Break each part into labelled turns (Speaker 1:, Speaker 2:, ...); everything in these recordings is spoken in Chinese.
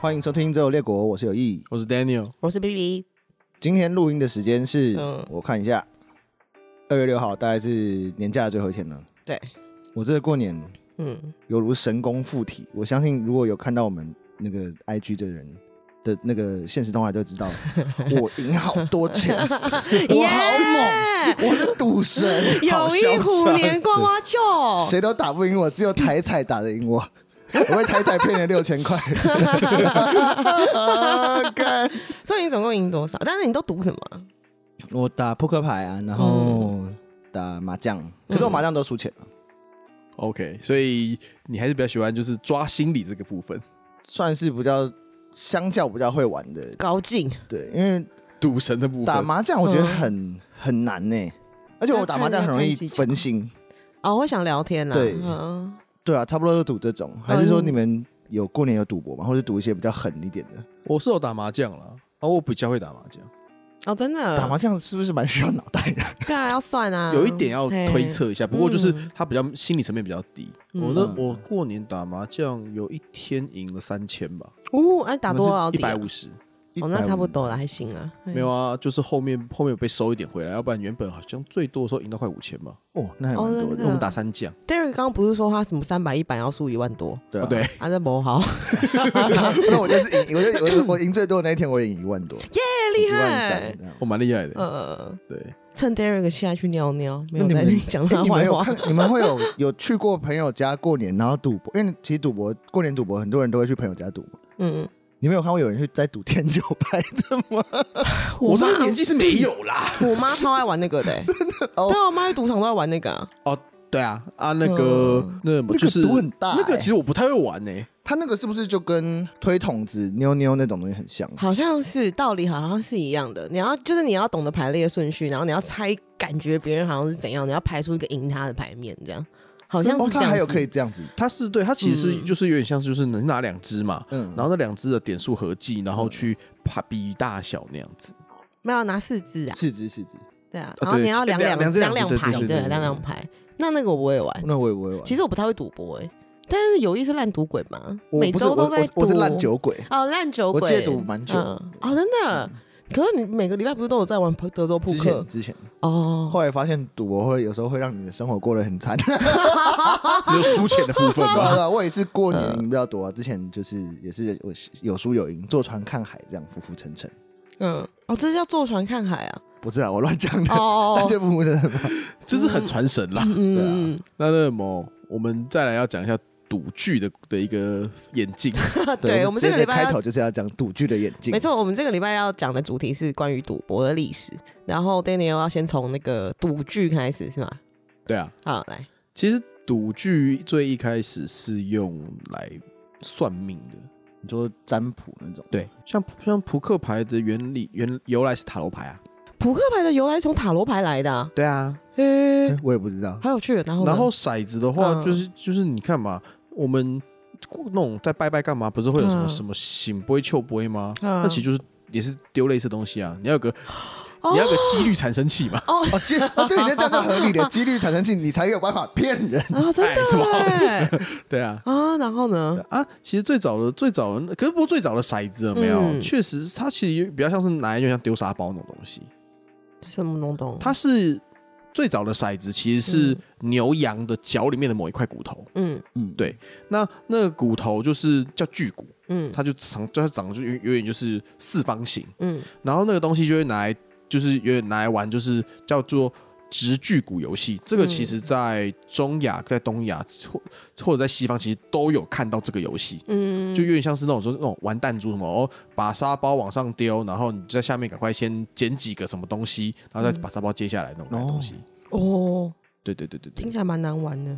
Speaker 1: 欢迎收听《周游列国》，我是有意。
Speaker 2: 我是 Daniel，
Speaker 3: 我是 B B，
Speaker 1: 今天录音的时间是，
Speaker 3: 嗯
Speaker 1: 我看一下，二月六号，大概是年假的最后一天了。
Speaker 3: 对，
Speaker 1: 我这个过年
Speaker 3: 嗯，
Speaker 1: 犹如神功附体，我相信如果有看到我们那个 IG 的人的那个现实动态，就 知道我赢好多钱，我好猛，我是赌神，
Speaker 3: 有一虎年刮刮
Speaker 1: 好
Speaker 3: 秀，
Speaker 1: 谁都打不赢我，只有台彩打得赢我。我被台彩骗了六千 块， 干
Speaker 3: 所以你总共赢多少？但是你都赌什么啊？
Speaker 1: 我打扑克牌啊，然后
Speaker 3: 嗯
Speaker 1: 打麻将，可是我麻将都输钱啊了，
Speaker 2: OK，所以你还是比较喜欢就是抓心理这个部分。
Speaker 1: 算是比较相较比较会玩的。
Speaker 3: 高进，
Speaker 1: 对，因为
Speaker 2: 赌神的部分，
Speaker 1: 打麻将我觉得很、
Speaker 3: 嗯
Speaker 1: 很难呢、而且我打麻将很容易分心。
Speaker 3: 哦，我想聊天呐、啊。
Speaker 1: 对
Speaker 3: 嗯，
Speaker 1: 对啊，差不多就赌这种，还是说你们有过年有赌博吗？或者赌一些比较狠一点的？
Speaker 2: 我是有打麻将啦，哦，我比较会打麻将，
Speaker 3: 哦，真的，
Speaker 1: 打麻将是不是蛮需要脑袋的？
Speaker 3: 对啊，要算啊，
Speaker 2: 有一点要推测一下，不过就是
Speaker 3: 嗯
Speaker 2: 它比较心理层面比较低。
Speaker 3: 嗯
Speaker 2: 我的我过年打麻将有一天赢了三千吧，
Speaker 3: 嘿。哦，哎、打多少
Speaker 2: 一
Speaker 3: 底啊？
Speaker 2: 百五十，
Speaker 3: 哦，那差不多
Speaker 1: 了。
Speaker 3: 了，还行啊。嘿
Speaker 2: 没有啊，就是后面后面有被收一点回来，要不然原本好像最多的时候赢到快五千吧。
Speaker 1: 哦，那还蛮多
Speaker 3: 哦
Speaker 2: 因
Speaker 3: 真
Speaker 2: 为
Speaker 1: 的。
Speaker 3: 的
Speaker 2: 我们打三将，
Speaker 3: ，Derek 刚刚不是说他什么三百一百要输一万多，
Speaker 1: 对
Speaker 2: 哦
Speaker 1: 啊，
Speaker 2: 对，
Speaker 3: 啊，这不好，
Speaker 1: 那我就是赢，我就我就我赢最多的那一天，我赢一万 多，耶，
Speaker 3: 厉
Speaker 1: 一万
Speaker 3: 害
Speaker 1: 三。这样。
Speaker 2: 我蛮厉害的。
Speaker 3: 呃，
Speaker 2: 对，
Speaker 3: 趁 Derek 下去尿尿，没有
Speaker 1: 那
Speaker 3: 在
Speaker 1: 你们
Speaker 3: 讲
Speaker 1: 欸
Speaker 3: 他
Speaker 1: 你们
Speaker 3: 坏
Speaker 1: 有
Speaker 3: 话。
Speaker 1: 看？你们会有有去过朋友家过年，然后赌博？因为其实赌博过年赌博，很多人都会去朋友家赌嘛。
Speaker 3: 嗯，
Speaker 1: 你们有看过有人去在赌天九牌的 吗？
Speaker 2: 我这个
Speaker 3: 妈
Speaker 2: 年纪是没有啦。
Speaker 3: 我妈超爱玩那个 的、欸，
Speaker 1: 哦
Speaker 3: 对啊，我妈去赌场都爱玩那个、啊。
Speaker 2: 哦，对啊，啊，那个、那
Speaker 1: 那个
Speaker 2: 就是
Speaker 1: 赌很大欸
Speaker 2: 那个其实我不太会玩欸呢、
Speaker 1: 他那个是不是就跟推筒子、妞妞那种东西很像？
Speaker 3: 好像是道理，好像是一样的。你要就是你要懂得排列顺序，然后你要猜感觉别人好像是怎样，你要排出一个赢他的牌面，这样好像
Speaker 1: 哦
Speaker 3: 是，这
Speaker 1: 他
Speaker 3: 样。
Speaker 1: 还有可以，这样子，
Speaker 2: 它是对，它其实是
Speaker 3: 嗯
Speaker 2: 就是有点像是就是能拿两只嘛，
Speaker 1: 嗯，
Speaker 2: 然后那两只的点数合计，然后去怕比大小那样子。
Speaker 3: 没有拿四支啊，
Speaker 1: 四只四只，
Speaker 3: 对啊，
Speaker 2: 对
Speaker 3: 然后你要两
Speaker 2: 两两只
Speaker 3: 两
Speaker 2: 两只
Speaker 3: 两排，
Speaker 2: 对对对对
Speaker 3: 对，啊两两排。那那个我也玩，
Speaker 1: 那我也不会玩。
Speaker 3: 其实我不太会赌博哎、但是有意是烂赌鬼嘛，
Speaker 1: 我
Speaker 3: 每
Speaker 1: 不是我
Speaker 3: 周都在
Speaker 1: 我
Speaker 3: 赌。
Speaker 1: 我是烂酒鬼，
Speaker 3: 哦，烂酒
Speaker 1: 我
Speaker 3: 鬼，
Speaker 1: 戒赌蛮久
Speaker 3: 嗯。哦，真的。可是你每个礼拜不是都有在玩德州扑
Speaker 1: 之
Speaker 3: 克
Speaker 1: 前之前，
Speaker 3: 哦？
Speaker 1: 后来发现赌博会有时候会让你的生活过得很惨。
Speaker 2: 有输钱的部分
Speaker 1: 对啊，
Speaker 2: 吧。
Speaker 1: 对啊我也是过年赢比较多啊。之前就是也是我有输有赢，坐船看海这样浮浮沉沉。
Speaker 3: 嗯，哦，这叫坐船看海啊！
Speaker 1: 不是啊，我乱讲的
Speaker 3: 哦，哦，
Speaker 1: 那
Speaker 3: 哦
Speaker 1: 就不是 吧
Speaker 2: 这是很传神啦。对啊
Speaker 3: 嗯，
Speaker 2: 那那么我们再来要讲一下赌具的的一个演 进，
Speaker 3: 对，我们这个礼
Speaker 1: 直
Speaker 3: 拜
Speaker 1: 接
Speaker 3: 要
Speaker 1: 开头就是要讲赌具的眼镜，
Speaker 3: 没，错，我们这个礼拜要讲的主题是关于赌博的历史。然后 Daniel 要先从那个赌具开始，是吗？
Speaker 2: 对啊，
Speaker 3: 好，来，
Speaker 2: 其实赌具最一开始是用来算命的。
Speaker 1: 你说占卜那种，
Speaker 2: 对，像像扑克牌的原理原由来是塔罗牌啊，
Speaker 3: 扑克牌的由来是从塔罗牌来的、啊，
Speaker 2: 对啊，
Speaker 3: 嘿，
Speaker 1: 我也不知 道。
Speaker 3: 好有趣。然后呢，
Speaker 2: 然后骰子的话，
Speaker 3: 嗯
Speaker 2: 就是、就是你看嘛，我们那种在拜拜干嘛，不是会有什么、
Speaker 3: 嗯
Speaker 2: 什么醒杯、糗杯吗？
Speaker 3: 嗯
Speaker 2: 那其实就是也是丢类似的东西啊，你要有个、
Speaker 3: 哦
Speaker 2: 你要有个几率产生器嘛。
Speaker 1: 哦，其实哦对，你那这样就合 理的几率产生器，你才有办法骗人。
Speaker 3: 啊，真的
Speaker 2: 哎是吗
Speaker 3: 哎
Speaker 2: 对啊。
Speaker 3: 啊，然后呢，
Speaker 2: 啊，其实最早的最早的，可是不过最早的骰子有没有，
Speaker 3: 嗯
Speaker 2: 确实它其实比较像是拿来就像丢沙包那种东西。
Speaker 3: 嗯什么东东？
Speaker 2: 它是最早的骰子其实是
Speaker 3: 嗯
Speaker 2: 牛羊的脚里面的某一块骨头，
Speaker 3: 嗯
Speaker 1: 嗯，
Speaker 2: 对那那个骨头就是叫巨骨，
Speaker 3: 嗯
Speaker 2: 它就长就它长得就有有点就是四方形，
Speaker 3: 嗯，
Speaker 2: 然后那个东西就会拿来，就是有点拿来玩，就是叫做直距骨游戏。这个其实在中亚、在东亚或或者在西方，其实都有看到这个游戏。
Speaker 3: 嗯，
Speaker 2: 就有点像是那种说那种玩弹珠什么，哦，把沙包往上丢，然后你在下面赶快先捡几个什么东西，然后再把沙包接下来那种东西。
Speaker 3: 哦，
Speaker 2: 对对对对
Speaker 3: 听
Speaker 2: 对，
Speaker 3: 起来蛮难玩的。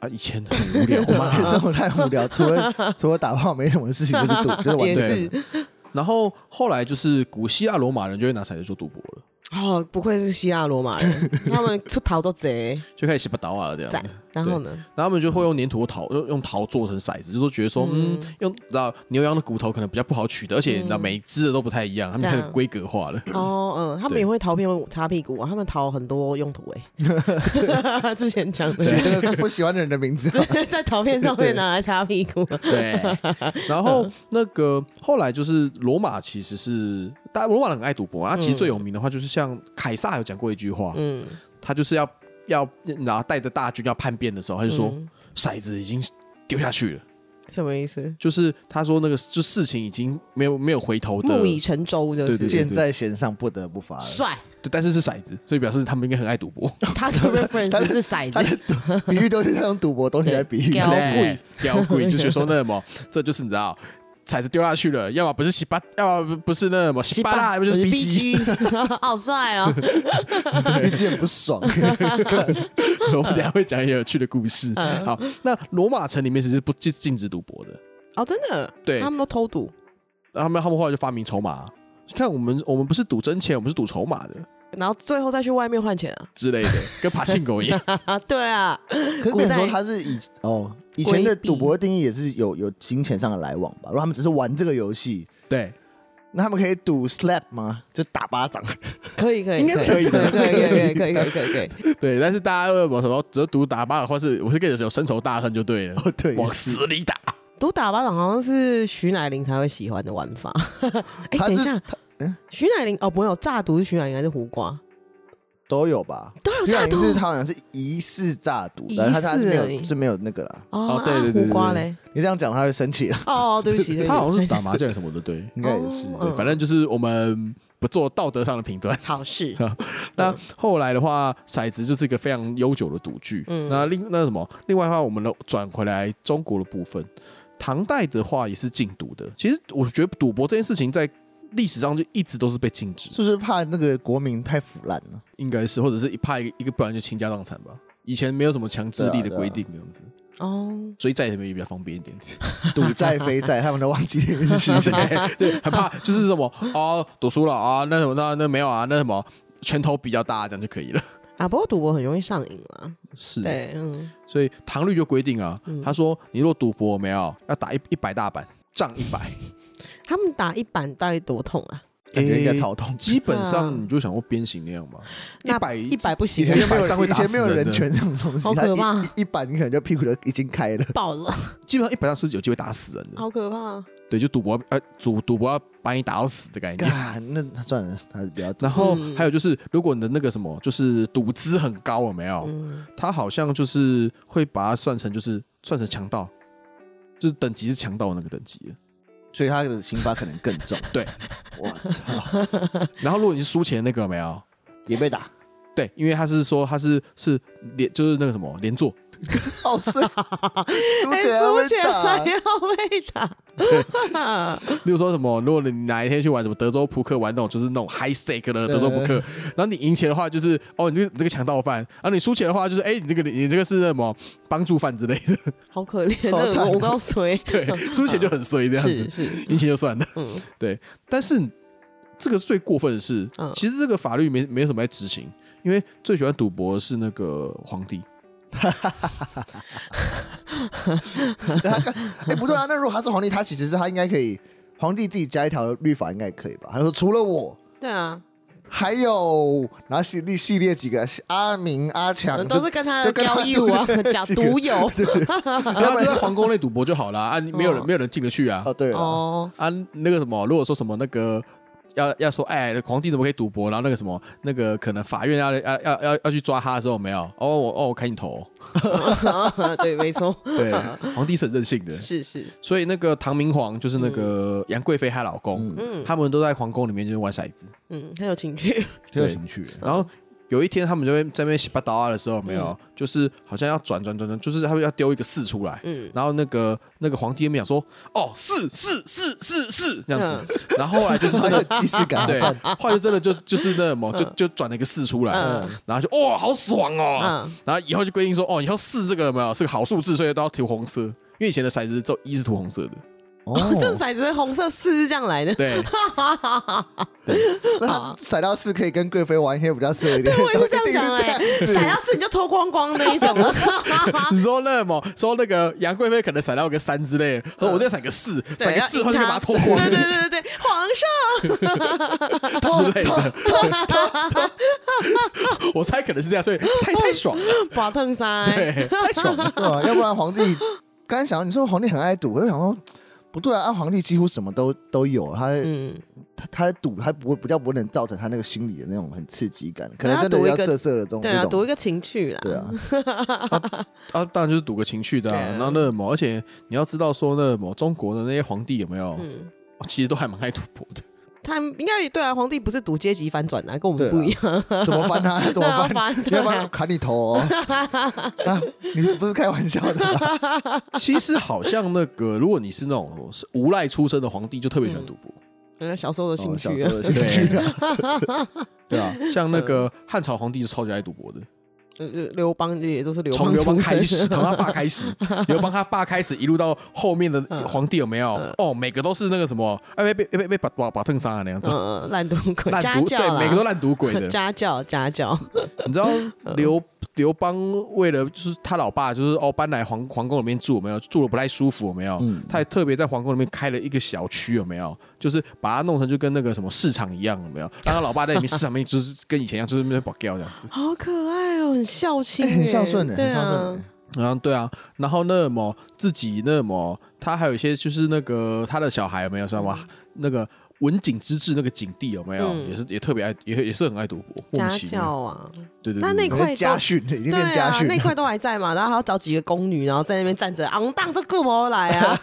Speaker 2: 啊，以前很无聊
Speaker 3: 啊
Speaker 1: 我
Speaker 2: 嘛
Speaker 1: 们。生活太无聊，除了除了打炮没什么事情， 就是赌，就是玩
Speaker 3: 也
Speaker 1: 这个
Speaker 3: 是
Speaker 2: 然后后来就是古希腊罗马人就会拿骰子做赌博了。
Speaker 3: 哦，不愧是希腊罗马 人，他们出逃都贼
Speaker 2: 就开始洗不倒啊这样子
Speaker 3: 赞。。然后呢？
Speaker 2: 然后他们就会用粘土或陶用用陶做成骰子，就说觉得说，嗯，用然后牛羊的骨头可能比较不好取得，而且你知道每一只的都不太一样，他们
Speaker 3: 嗯对啊
Speaker 2: 开始规格化 了。
Speaker 3: 哦，嗯，他们
Speaker 2: 对
Speaker 3: 也会逃片擦屁股啊，他们逃很多用途 哎、之前讲的，，
Speaker 1: 写那个不喜欢的人的名字
Speaker 3: 在陶片上面拿来擦屁股。
Speaker 2: 对，然后那个后来就是罗马其实是，大家罗马人很爱赌博啊，他其实最有名的话就是像凯撒有讲过一句话，
Speaker 3: 嗯，
Speaker 2: 他就是要要然后带着大军要叛变的时候，他就说、
Speaker 3: 嗯
Speaker 2: 骰子已经丢下去了，
Speaker 3: 什么意思？
Speaker 2: 就是他说那个就事情已经没有没有回头的，
Speaker 3: 木已成舟就
Speaker 2: 对对
Speaker 3: 是
Speaker 2: 对
Speaker 1: 箭在弦上不得不 发了。
Speaker 3: 帅，
Speaker 2: 对但是是骰子，所以表示他们应该很爱赌博。
Speaker 3: 他 的 reference 是骰
Speaker 1: 他的
Speaker 3: 子，
Speaker 1: 赌比喻都是他用赌博东西来比喻
Speaker 3: 对
Speaker 1: 的，
Speaker 3: 屌
Speaker 2: 对，屌鬼就觉得说那什么， 这就是你知道。骰子丢下去了，要么不是洗巴，要么不是那什么洗巴 拉，要么就是 B 机。
Speaker 3: 好帅哦！
Speaker 1: 比喻很不 爽。
Speaker 2: 我们等一下会讲一个有趣的故事。
Speaker 3: 嗯
Speaker 2: 好，那罗马城里面其实不禁禁止赌博的，
Speaker 3: 哦，真的，
Speaker 2: 对
Speaker 3: 他们都偷赌，
Speaker 2: 然后他们他们后来就发明筹码。你看我们我们不是赌真钱，我们是赌筹码的
Speaker 3: 然后最后再去外面换钱啊！
Speaker 2: 之类 的，跟爬信狗一样。
Speaker 3: 啊，对啊，
Speaker 1: 可是变成
Speaker 3: 古代
Speaker 1: 说他是以哦，以前的赌博的定义也是有有金钱上的来往吧？如果他们只是玩这个游戏，
Speaker 2: 对，
Speaker 1: 那他们可以赌 slap 吗？就打巴掌，
Speaker 3: 可以可以，
Speaker 2: 应该是可以的
Speaker 3: 可以可以可以可以可 以可以可以，
Speaker 2: 对，但是大家有什么只要赌打巴的话，是我是跟你有深仇大恨就对了，
Speaker 1: 哦对
Speaker 2: 往死里打。
Speaker 3: 赌打巴掌好像是徐乃麟才会喜欢的玩法。 哎，
Speaker 1: 他
Speaker 3: 等
Speaker 1: 是
Speaker 3: 一下，徐乃麟哦，没有炸毒是徐乃麟还是胡瓜？
Speaker 1: 都有吧？
Speaker 3: 都有
Speaker 1: 因
Speaker 3: 炸
Speaker 1: 为
Speaker 3: 毒
Speaker 1: 是他好像是疑似诈赌，
Speaker 3: 疑
Speaker 1: 但他他是没
Speaker 3: 似而已
Speaker 1: 有是没有那个啦。
Speaker 3: 哦
Speaker 2: 哦对
Speaker 3: 啊
Speaker 2: 对对
Speaker 3: 胡瓜
Speaker 2: 对对
Speaker 3: 嘞？
Speaker 1: 你这样讲他会生气了，啊
Speaker 3: 哦，对不起，对不起
Speaker 2: 他好像 是打麻将什么的，对，
Speaker 1: 应该也是。
Speaker 3: 哦嗯
Speaker 2: 对，反正就是我们不做道德上的评断。
Speaker 3: 好事，
Speaker 2: 那
Speaker 3: 嗯
Speaker 2: 后来的话，骰子就是一个非常悠久的赌具。
Speaker 3: 嗯
Speaker 2: 那另那什么，另外的话，我们的转回来中国的部分，唐代的话也是禁赌的。其实我觉得赌博这件事情在历史上就一直都是被禁止，
Speaker 1: 是不是怕那个国民太腐烂 了？
Speaker 2: 应该是或者是一派一个，一个不然就倾家荡产吧。以前没有什么强制力的规定，这样子、
Speaker 3: 哦，
Speaker 2: 追债什么也比较方便一点。
Speaker 1: 赌债非债，他们都忘记这件 事情。
Speaker 2: 对，很怕就是什么哦，赌输了啊，那什么那那没有啊，那什么拳头比较大，这样就可以了。
Speaker 3: 啊，不过赌博很容易上瘾啦。
Speaker 2: 是，
Speaker 3: 对，嗯，
Speaker 2: 所以唐律就规定啊，他说你若赌博没有，要打一一百大板，仗一 百，
Speaker 3: 他们打一板到底多痛啊？
Speaker 1: 感觉应该
Speaker 2: 诶
Speaker 1: 超痛。
Speaker 2: 基本
Speaker 3: 啊
Speaker 2: 上你就想过鞭刑那样嘛，一
Speaker 3: 那
Speaker 2: 百
Speaker 3: 一百不
Speaker 1: 以
Speaker 3: 行
Speaker 1: 前
Speaker 2: 一
Speaker 1: 就没
Speaker 2: 百
Speaker 1: 有
Speaker 2: 张会
Speaker 1: 以
Speaker 2: 打
Speaker 1: 前
Speaker 2: 死
Speaker 1: 没有
Speaker 2: 人
Speaker 1: 人
Speaker 2: 的
Speaker 1: 权这种东西，
Speaker 3: 好可怕
Speaker 1: 他一一一板你可能就屁股就已经开了。
Speaker 3: 爆了，
Speaker 2: 基本上一百上是有机会打死人的，
Speaker 3: 好可怕！
Speaker 2: 对，就赌博呃赌赌博要把你打到死的概念。
Speaker 1: 啊，那算了，还是比较
Speaker 2: 然后
Speaker 3: 嗯
Speaker 2: 还有就是，如果你的那个什么，就是赌资很高，有没有？
Speaker 3: 嗯，
Speaker 2: 他好像就是会把它算成就是算成强盗，就是等级是强盗的那个等级了。
Speaker 1: 所以他的刑罚可能更 重。
Speaker 2: 对，
Speaker 1: 我操，
Speaker 2: 然后如果你是输钱的那个，有没有？
Speaker 1: 也被打，
Speaker 2: 对，因为他是说他是是连就是那个什么连 坐，
Speaker 1: 哦， 所以苏
Speaker 3: 哎，
Speaker 1: 姐还
Speaker 3: 输
Speaker 1: 会
Speaker 3: 钱还
Speaker 1: 打，
Speaker 2: 对
Speaker 3: 要被打，
Speaker 2: 例如说什么，如果你哪一天去玩什么德州扑克，玩那种就是那种 high stake 的德州扑克，然后你赢钱的话就是哦，你这个你这个强盗犯；然后你输钱的话就是哎、你这个你这个是什么帮助犯之类 的。
Speaker 3: 好可怜，
Speaker 1: 好
Speaker 3: 这
Speaker 1: 惨
Speaker 3: 个我告诉你，
Speaker 2: 对，输钱就很衰 这样子
Speaker 3: 是，是，
Speaker 2: 赢钱就算了。
Speaker 3: 嗯
Speaker 2: 对，但是这个最过分的是，
Speaker 3: 嗯
Speaker 2: 其实这个法律没没什么在执行，因为最喜欢赌博的是那个皇帝。
Speaker 1: 哎，不对啊，那如果他是皇帝，他其实是他应该可以，皇帝自己加一条律法应该也可以吧？他说除了我。
Speaker 3: 对啊，
Speaker 1: 还有，然后系列系列几个阿明、阿强，
Speaker 3: 呃嗯都是跟他
Speaker 1: 就
Speaker 3: 的
Speaker 1: 跟他
Speaker 3: 交友啊，
Speaker 1: 对
Speaker 3: 讲
Speaker 1: 这个
Speaker 3: 毒友嗯
Speaker 2: 然后就在皇宫内赌博就好了啊，你没有人、
Speaker 3: 哦
Speaker 2: 没有人进得去啊
Speaker 1: 哦，对 了，
Speaker 3: 哦，
Speaker 2: 啊，那个什么，如果说什么那个。要要说，哎、皇帝怎么可以赌博？然后那个什么，那个可能法院要要要要要去抓他的时候，有没有，哦，我哦，我砍你头。
Speaker 3: 对，没错，
Speaker 2: 对，皇帝是很任性的，
Speaker 3: 是是，
Speaker 2: 所以那个唐明皇就是那个杨贵妃她老公，
Speaker 3: 嗯
Speaker 2: 他们都在皇宫里面就是玩骰子。
Speaker 3: 嗯，很有情趣，
Speaker 1: 很有
Speaker 2: 对
Speaker 1: 情趣。
Speaker 2: 然后有一天他们就会在那边洗八刀啊的时候，有没有，就是好像要转转转转，就是他们要丢一个四出来，
Speaker 3: 嗯，
Speaker 2: 然后那个那个皇帝那边讲说，哦，四四四四四这样子，
Speaker 3: 嗯
Speaker 2: 然后后来就是真的。
Speaker 1: 仪式 感，
Speaker 2: 对，后来就真的就就是那什么，就就转了一个四出来，然后就哦，好爽哦
Speaker 3: 嗯。
Speaker 2: 然后以后就规定说，哦，以后四这个有没有是个好数字，所以都要涂红色，因为以前的骰子只有一是涂红色的，
Speaker 3: 哦
Speaker 1: 哦，
Speaker 3: 这骰子红色四是这样来的，
Speaker 2: 对，
Speaker 1: 那他甩到四可以跟贵妃玩一些比较色一点的
Speaker 3: 哦
Speaker 1: 东
Speaker 3: 我
Speaker 1: 西，
Speaker 3: 也
Speaker 1: 一
Speaker 3: 是这样
Speaker 1: 定
Speaker 3: 想哎、
Speaker 1: 这
Speaker 3: 甩
Speaker 1: 样
Speaker 3: 到
Speaker 1: 子
Speaker 3: 四你就脱光光那 一种，
Speaker 2: 你说那么说那个杨贵妃可能闪到个三之类的，和我再闪个四，
Speaker 3: 对，
Speaker 2: 闪个
Speaker 3: 要
Speaker 2: 四，
Speaker 3: 赢
Speaker 2: 后就把它
Speaker 3: 他，
Speaker 2: 偷光
Speaker 3: 对对对对对，皇上，
Speaker 2: 之类的。 我猜可能是这样， 所以太太爽了，
Speaker 3: 宝蹭
Speaker 2: 对
Speaker 3: 塞，，
Speaker 2: 太爽了。
Speaker 1: 对吧？要不然皇帝，刚才想到你说皇帝很爱赌，我就想说不对啊，啊皇帝几乎什么都都有，他
Speaker 3: 嗯，
Speaker 1: 他他赌还不会比较不能造成他那个心理的那种很刺激感，可能
Speaker 3: 他
Speaker 1: 真的
Speaker 3: 赌一
Speaker 1: 要
Speaker 3: 个
Speaker 1: 色色的东
Speaker 3: 对啊，
Speaker 1: 这
Speaker 3: 读
Speaker 1: 种，
Speaker 3: 一个情趣啦，
Speaker 1: 对啊，
Speaker 2: 啊，当然就是赌个情趣的、
Speaker 3: 对
Speaker 2: 啊
Speaker 3: 啊。
Speaker 2: 然后那么，而且你要知道说那么中国的那些皇帝有没有，
Speaker 3: 嗯，
Speaker 2: 其实都还蛮爱赌博的。
Speaker 3: 他应该也对啊，皇帝不是赌阶级反转的、啊，跟我
Speaker 1: 对
Speaker 3: 们
Speaker 1: 啊
Speaker 3: 不一样，
Speaker 1: 怎么翻他？怎么
Speaker 3: 对啊
Speaker 1: 翻
Speaker 3: 翻？
Speaker 1: 要不
Speaker 3: 对
Speaker 1: 然
Speaker 3: 啊
Speaker 1: 砍你头哦！ 啊，你是不是开玩笑的啊吧？
Speaker 2: 其实好像那个，如果你是那种是无赖出身的皇帝，就特别喜欢赌博。
Speaker 3: 人家小时候的兴趣、
Speaker 1: 哦小
Speaker 3: 啊
Speaker 1: 时候的兴趣啊，
Speaker 2: 对 啊，像那个汉朝皇帝就超级爱赌博的，
Speaker 3: 呃呃刘邦也都是刘
Speaker 2: 从
Speaker 3: 邦
Speaker 2: 刘邦
Speaker 3: 出
Speaker 2: 开
Speaker 3: 身，
Speaker 2: 始， 从他爸开始，刘邦他爸开始，一路到后面的
Speaker 3: 嗯
Speaker 2: 皇帝有没有？哦，每个都是那个什么，哎被被被被把把把腾杀了那样子，
Speaker 3: 嗯，烂赌鬼，
Speaker 2: 烂
Speaker 3: 家
Speaker 2: 赌
Speaker 3: 教啊啦。
Speaker 2: 对，每个都烂赌鬼的
Speaker 3: 家教家教，
Speaker 2: 你知道刘刘邦为了就是他老爸就是哦搬来皇皇宫里面住有没有住的不太舒服有没有？
Speaker 1: 嗯
Speaker 2: 他还特别在皇宫里面开了一个小区有没有？就是把它弄成就跟那个什么市场一样有没有？让他老爸在里面市场里面就是跟以前一样，就是那边保镖这样子。
Speaker 3: 好可爱哦，很孝亲
Speaker 1: 哎
Speaker 3: 耶、
Speaker 1: 很孝顺的，
Speaker 2: 欸
Speaker 3: 对
Speaker 1: 很
Speaker 3: 啊
Speaker 1: 孝顺的。
Speaker 2: 然后对啊，然后那么自己那么他还有一些就是那个他的小孩有没有知道吗？那个文景之治那个景帝有没有？
Speaker 3: 嗯
Speaker 2: 也是也特别爱也也是很爱赌博，莫
Speaker 3: 家
Speaker 2: 名其
Speaker 3: 教
Speaker 2: 妙。
Speaker 3: 啊，
Speaker 2: 对对对
Speaker 3: 那
Speaker 2: 对
Speaker 3: 那块都
Speaker 1: 家训已经
Speaker 3: 对
Speaker 1: 变家
Speaker 3: 啊，
Speaker 1: 训了，
Speaker 3: 那块都还在嘛，然后还要找几个宫女，然后在那边站着，昂荡这顾不来 啊，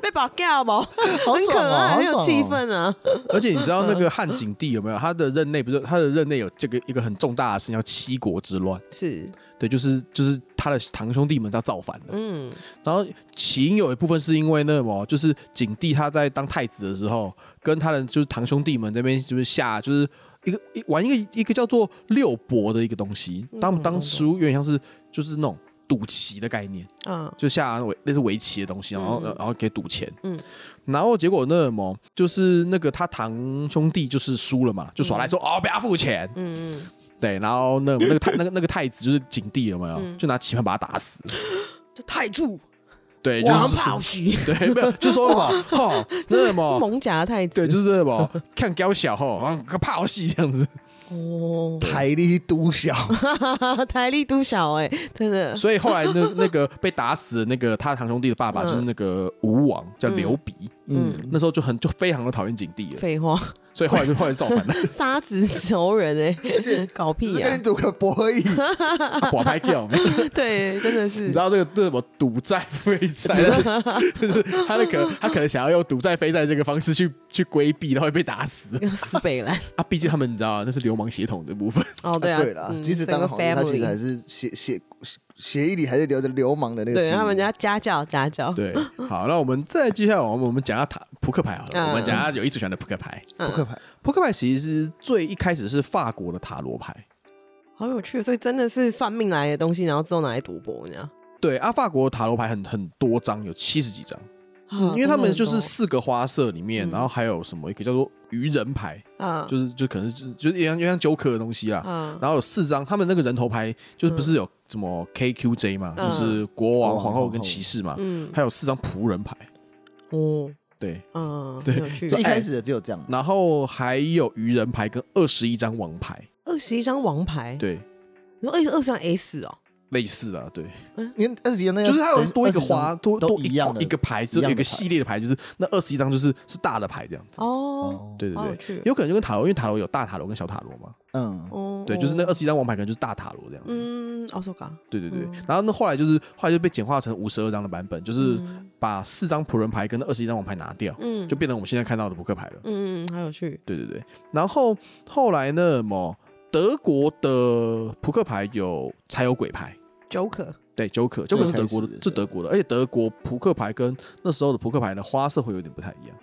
Speaker 3: 被绑架不？
Speaker 1: 好
Speaker 3: 很可
Speaker 1: 爽哦
Speaker 3: 爱，
Speaker 1: 好
Speaker 3: 很有
Speaker 1: 爽
Speaker 3: 气
Speaker 1: 哦
Speaker 3: 氛啊。
Speaker 2: 而且你知道那个汉景帝有没有？他的任内不是他的任内有这个一个很重大的事情叫七国之乱，
Speaker 3: 是，
Speaker 2: 对，就是就是他的堂兄弟们要造反了。
Speaker 3: 嗯，
Speaker 2: 然后起因有一部分是因为那么，就是景帝他在当太子的时候，跟他的就是堂兄弟们那边就是下就是一个一玩一个一个叫做六博的一个东西，当当时有点像是就是那种赌棋的概念。
Speaker 3: 啊，
Speaker 2: 就下围类似围棋的东西，然后、
Speaker 3: 嗯嗯
Speaker 2: 然后给赌钱，
Speaker 3: 嗯，
Speaker 2: 然后结果那么就是那个他堂兄弟就是输了嘛，就耍赖说、哦不要付钱，
Speaker 3: 嗯嗯，
Speaker 2: 对，然后 那那个太那个那个太子就是景帝有没有，
Speaker 3: 嗯
Speaker 2: 就拿棋盘把他打死，
Speaker 3: 这太柱
Speaker 2: 对，就
Speaker 3: 王
Speaker 2: 是
Speaker 3: 跑 徐，
Speaker 2: 对，没有就说什 么哈那么
Speaker 3: 蒙甲太
Speaker 2: 对，
Speaker 3: 子，
Speaker 2: 就是那么 看娇小吼，啊个炮戏这样子，
Speaker 3: 哦，
Speaker 1: 台里都小，
Speaker 3: 台力都小哎，真的，
Speaker 2: 所以后来那那个被打死的那个他堂兄弟的爸爸
Speaker 3: 嗯
Speaker 2: 就是那个吴王叫刘鼻，
Speaker 1: 嗯，
Speaker 2: 那时候就很就非常的讨厌景帝了，
Speaker 3: 废话，
Speaker 2: 所以后来就后来就造反了。
Speaker 3: 杀子仇人哎，搞
Speaker 1: 只
Speaker 3: 屁
Speaker 1: 是
Speaker 3: 啊
Speaker 1: 跟你！赌个博而已，
Speaker 2: 我拍掉，你
Speaker 3: 对，真的是
Speaker 2: 知，道这个这什么赌债非债，就是他那个他可 能想要用赌债非债这个方式去去规避，然后会被打死
Speaker 3: 要死北兰。
Speaker 2: 啊！毕竟他们你知道那是流氓血统的部分，
Speaker 3: 哦， 对啊，
Speaker 1: 对啦
Speaker 3: 嗯，
Speaker 1: 即使
Speaker 3: 整
Speaker 1: 当
Speaker 3: 个
Speaker 1: 皇帝，他其实
Speaker 3: family
Speaker 1: 还是血血血血液里还是留着流氓的那个基
Speaker 3: 对
Speaker 1: 因，
Speaker 3: 他们家家教家教，
Speaker 2: 对。好，那我们再接下来我们我们讲下塔扑克牌好了，
Speaker 3: 嗯
Speaker 2: 我们讲下有一组喜欢的扑克牌。
Speaker 1: 扑克牌，
Speaker 2: 扑克牌其实是最一开始是法国的塔罗牌，
Speaker 3: 好有趣，所以真的是算命来的东西，然后之后拿来赌博这样。
Speaker 2: 对啊，法国塔罗牌很很多张，有七十几张，
Speaker 3: 啊
Speaker 2: 因为他们就是
Speaker 3: 真的
Speaker 2: 四个花色里面，
Speaker 3: 嗯
Speaker 2: 然后还有什么一个叫做愚人牌，
Speaker 3: 很多
Speaker 2: 就是就可能就就是也像也像九可的东西啦，
Speaker 3: 啊啊，
Speaker 2: 然后有四张，他们那个人头牌就是不是有什么 KQJ 嘛，
Speaker 3: 嗯
Speaker 2: 就是国
Speaker 1: 国
Speaker 2: 王、
Speaker 1: 王
Speaker 2: 皇后跟骑士嘛，
Speaker 3: 嗯，
Speaker 2: 还有四张仆人牌，
Speaker 3: 哦，
Speaker 2: 对，
Speaker 3: 嗯，
Speaker 2: 对
Speaker 3: 很有趣
Speaker 1: 就。一开始的只有这样，
Speaker 2: 然后还有愚人牌跟二十一张王牌，
Speaker 3: 二十一张王牌，
Speaker 2: 对，
Speaker 3: 你说二二十张 S 哦，
Speaker 2: 类似啊，对，
Speaker 1: 你看二十几那个
Speaker 2: 就是它有多一个
Speaker 1: 二
Speaker 2: 花，
Speaker 1: 十张
Speaker 2: 多
Speaker 1: 都
Speaker 2: 多
Speaker 1: 一样的
Speaker 2: 一个牌，就
Speaker 1: 一
Speaker 2: 有
Speaker 1: 样
Speaker 2: 一
Speaker 1: 的
Speaker 2: 个
Speaker 1: 牌
Speaker 2: 系列的牌，就是那二十一张就是是大的牌这样子，
Speaker 3: 哦，
Speaker 1: 哦，
Speaker 2: 对对
Speaker 3: 好有
Speaker 2: 对。
Speaker 3: 趣，
Speaker 2: 有可能就跟塔罗，因为塔罗有大塔罗跟小塔罗嘛，
Speaker 1: 嗯，
Speaker 3: 哦，
Speaker 2: 对，就是那
Speaker 3: 哦
Speaker 2: 二，十一张王牌可能就是大塔罗这样子，
Speaker 3: 嗯，奥索卡，
Speaker 2: 对对对
Speaker 3: 嗯。
Speaker 2: 然后那后来就是后来就被简化成五十二张的版本，就是
Speaker 3: 嗯
Speaker 2: 把四张仆人牌跟二十一张王牌拿掉，
Speaker 3: 嗯，
Speaker 2: 就变成我们现在看到的扑克牌了。
Speaker 3: 嗯嗯，好有趣，
Speaker 2: 对对对，然后后来呢，么德国的扑克牌有才有鬼牌，
Speaker 3: 九可，
Speaker 2: 对，Joker，Joker 是德国
Speaker 1: 才是
Speaker 2: 的，是德国的，而且德国扑克牌跟那时候的扑克牌的花色会有点不太一样。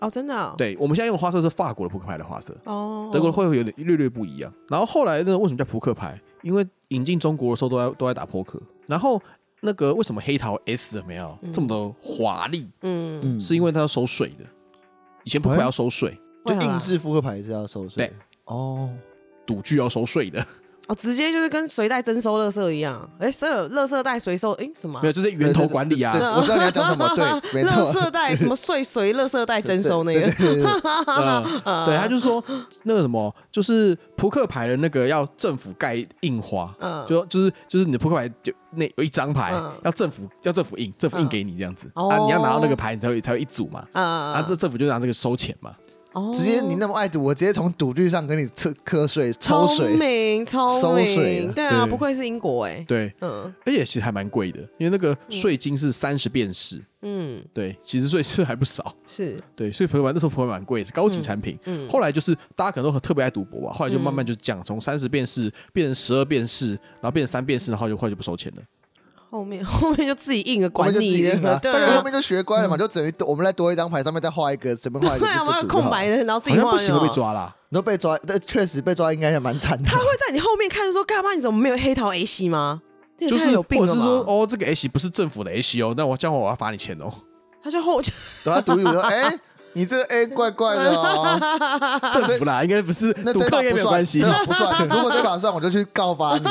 Speaker 3: 哦，真的哦，
Speaker 2: 对，我们现在用的花色是法国的扑克牌的花色，
Speaker 3: 哦，
Speaker 2: 德国的会有点略略不一样。然后后来呢，为什么叫扑克牌？因为引进中国的时候都在都在打扑克，然后那个为什么黑桃 S 有没有这么的华丽？
Speaker 3: 嗯，
Speaker 1: 嗯
Speaker 2: 是因为它要收税的，以前扑克牌要收税，
Speaker 1: 就
Speaker 3: 会啊啦
Speaker 1: 硬制复刻牌是要收税
Speaker 2: 对。
Speaker 1: 哦，
Speaker 2: 赌具要收税的，
Speaker 3: 哦，直接就是跟随袋征收垃圾一样，哎，所有垃圾袋随收，哎，什么啊
Speaker 2: 没？有，就是源头管理啊
Speaker 1: 对。对对我知道你要讲什么， 对，没错
Speaker 3: 垃，圾袋什么税随垃圾袋征收那
Speaker 1: 对
Speaker 3: 个，
Speaker 1: 对对对对
Speaker 2: 嗯，
Speaker 3: 啊
Speaker 2: 对，他就说那个什么，就是扑克牌的那个要政府盖印花，
Speaker 3: 嗯
Speaker 2: 就就是就是你的扑克牌就那有一张牌
Speaker 3: 嗯
Speaker 2: 要政府要政府印，政府印
Speaker 3: 嗯
Speaker 2: 给你这样子，
Speaker 3: 哦
Speaker 2: 啊，你要拿到那个牌你才有才有一组嘛，
Speaker 3: 啊
Speaker 2: 啊，这政府就拿这个收钱嘛，
Speaker 3: 哦
Speaker 1: 直接你那么爱赌，我直接从赌具上给你测课税抽
Speaker 3: 聪
Speaker 1: 水，
Speaker 3: 明聪
Speaker 1: 收水
Speaker 3: 明，
Speaker 1: 了
Speaker 3: 对啊，
Speaker 2: 对
Speaker 3: 不愧是英国哎，
Speaker 2: 对，
Speaker 3: 嗯
Speaker 2: 而且其实还蛮贵的，因为那个税金是三十便士，
Speaker 3: 嗯
Speaker 2: 对，其实税是还不少，
Speaker 3: 是
Speaker 2: 对，所以朋友们那时候朋友们蛮贵，是高级产品。
Speaker 3: 嗯
Speaker 2: 后来就是大家可能都很特别爱赌博吧，后来就慢慢就降，从三十便士变成十二便士，然后变成三便士，然后就后来就不收钱了。
Speaker 3: 后面 后面就自己印了
Speaker 1: 我
Speaker 3: 管
Speaker 1: 们就自己
Speaker 3: 理
Speaker 1: 赢了
Speaker 3: 的，
Speaker 1: 啊，
Speaker 3: 对
Speaker 1: 但是后
Speaker 3: 啊
Speaker 1: 面就学乖了
Speaker 2: 嗯
Speaker 1: 嘛，就等于多我们来多一张牌，上面再画一个，随便画一个
Speaker 3: 对啊，我
Speaker 1: 就就
Speaker 3: 们有
Speaker 1: 赌就好
Speaker 3: 空白的，然后自
Speaker 2: 好
Speaker 3: 己
Speaker 2: 像
Speaker 3: 画
Speaker 2: 不行会被
Speaker 3: 就好。
Speaker 2: 抓啦，
Speaker 1: 你都被抓，但确实被抓应该也蛮惨的
Speaker 3: 他。会在你后面看说，干嘛你怎么没有黑桃 A C 吗？你也
Speaker 2: 就是
Speaker 3: 太有病
Speaker 2: 或
Speaker 3: 了
Speaker 2: 者是说
Speaker 3: 吧？
Speaker 2: 哦，这个 H 不是政府的 H 哦，那我这样我要罚你钱 哦。
Speaker 3: 他就后
Speaker 1: 然后他赌一赌说：“哎，你这个 A 怪怪的哦。”
Speaker 2: 政府啦，应该不是
Speaker 1: 那
Speaker 2: 赌
Speaker 1: 这把
Speaker 2: 客应该
Speaker 1: 不
Speaker 2: 没有关
Speaker 1: 算，
Speaker 2: 系哎
Speaker 1: 这。把不算。如果这把算，我就去告发你。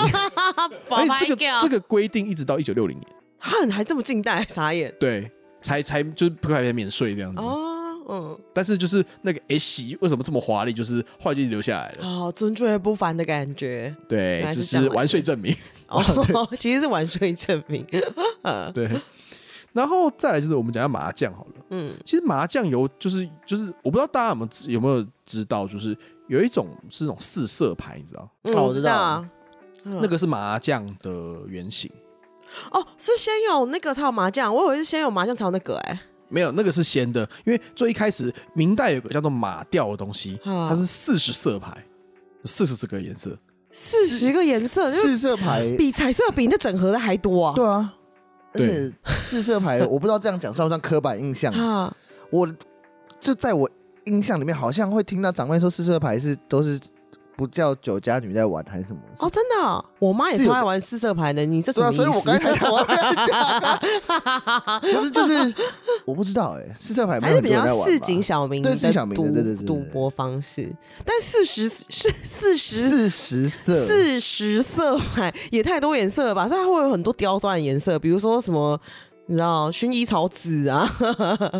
Speaker 2: 而
Speaker 3: 哎
Speaker 2: 且这个这个规定一直到一九六零年，
Speaker 3: 汉还这么近代， 傻眼
Speaker 2: 对，才才就是扑克牌免税这样子。
Speaker 3: 哦，嗯，
Speaker 2: 但是就是那个 H 为什么这么华丽，就是后来就一直留下来了。
Speaker 3: 哦，尊贵而不凡的感觉
Speaker 2: 对
Speaker 3: 原，来
Speaker 2: 这
Speaker 3: 是这样
Speaker 2: 是
Speaker 3: 来
Speaker 2: 完
Speaker 3: 的
Speaker 2: 税证明。
Speaker 3: 哦， 其实是晚睡证明，呃，
Speaker 2: 对，然后再来就是我们讲下麻将好了。
Speaker 3: 嗯
Speaker 2: 其实麻将有就是就是我不知道大家有没有知有没有知道，就是有一种是那种四色牌，你知道，
Speaker 3: 嗯，
Speaker 1: 哦
Speaker 3: 我
Speaker 1: 我知
Speaker 3: 知
Speaker 1: 道
Speaker 3: 道啊，嗯
Speaker 2: 那个是麻将的原型。
Speaker 3: 哦，是先有那个才有麻将，我以为是先有麻将才有那个哎，
Speaker 2: 没有，那个是先的，因为最一开始明代有个叫做马吊的东西，
Speaker 1: 嗯
Speaker 3: 啊
Speaker 2: 它是四十色牌，四十这个颜色，
Speaker 3: 四十个颜色，就是
Speaker 1: 四色牌，
Speaker 3: 比彩色比那整合的还多啊！
Speaker 1: 对啊，而
Speaker 2: 对
Speaker 1: 且四色牌，我不知道这样讲算不算刻板印象。
Speaker 3: 啊，
Speaker 1: 我就在我印象里面，好像会听到长辈说四色牌是都是不叫酒家女在玩还是什么。
Speaker 3: 哦，真的哦，我妈也
Speaker 1: 是有
Speaker 3: 超爱玩四色牌的，你这什
Speaker 1: 对
Speaker 3: 么
Speaker 1: 啊，
Speaker 3: 意
Speaker 1: 所以我刚才
Speaker 3: 思？
Speaker 1: 讲，我在讲，啊不是就是我不知道哎，四色牌没
Speaker 3: 还
Speaker 1: 有
Speaker 3: 是
Speaker 1: 很
Speaker 3: 比
Speaker 1: 多人
Speaker 3: 较
Speaker 1: 在玩吧
Speaker 3: 市井小民
Speaker 1: 对市井小民的对对
Speaker 3: 赌
Speaker 1: 对对
Speaker 3: 赌博方式，但四十是四十
Speaker 1: 四十色，
Speaker 3: 四十色牌也太多颜色了吧？所以它会有很多刁钻的颜色，比如说什么，你知道薰衣草紫啊，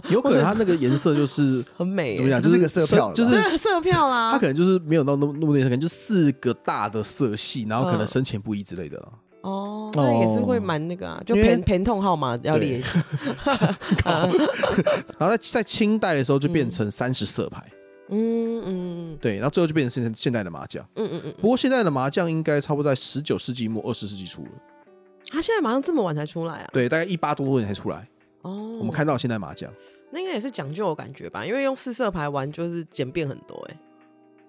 Speaker 2: 有可能它那个颜色就是
Speaker 3: 很美
Speaker 2: 怎么
Speaker 3: 欸。
Speaker 1: 嗯
Speaker 2: 讲，
Speaker 1: 就是
Speaker 2: 是
Speaker 1: 个色票了吧嗯
Speaker 2: 就是
Speaker 3: 对啊， 色票啦
Speaker 2: 它可，能就是没有到那么那么那可能就四个大的色系，然后
Speaker 1: 嗯
Speaker 2: 可能深浅不一之类的啦。
Speaker 3: 哦，那也是会蛮那个啊，就
Speaker 2: 因为
Speaker 3: 偏偏痛号码要列一 下，
Speaker 2: 然后在在清代的时候就变成三十色牌，
Speaker 3: 嗯嗯
Speaker 2: 对，然后最后就变成现现代的麻将。
Speaker 3: 嗯嗯嗯，
Speaker 2: 不过现在的麻将应该差不多在十九世纪末二十世纪初了，
Speaker 3: 他现在马上这么晚才出来啊，
Speaker 2: 对，大概一八多多年才出来。
Speaker 3: 哦，
Speaker 2: 我们看到现代麻将
Speaker 3: 那应该也是讲究的感觉吧，因为用四色牌玩就是简便很多哎、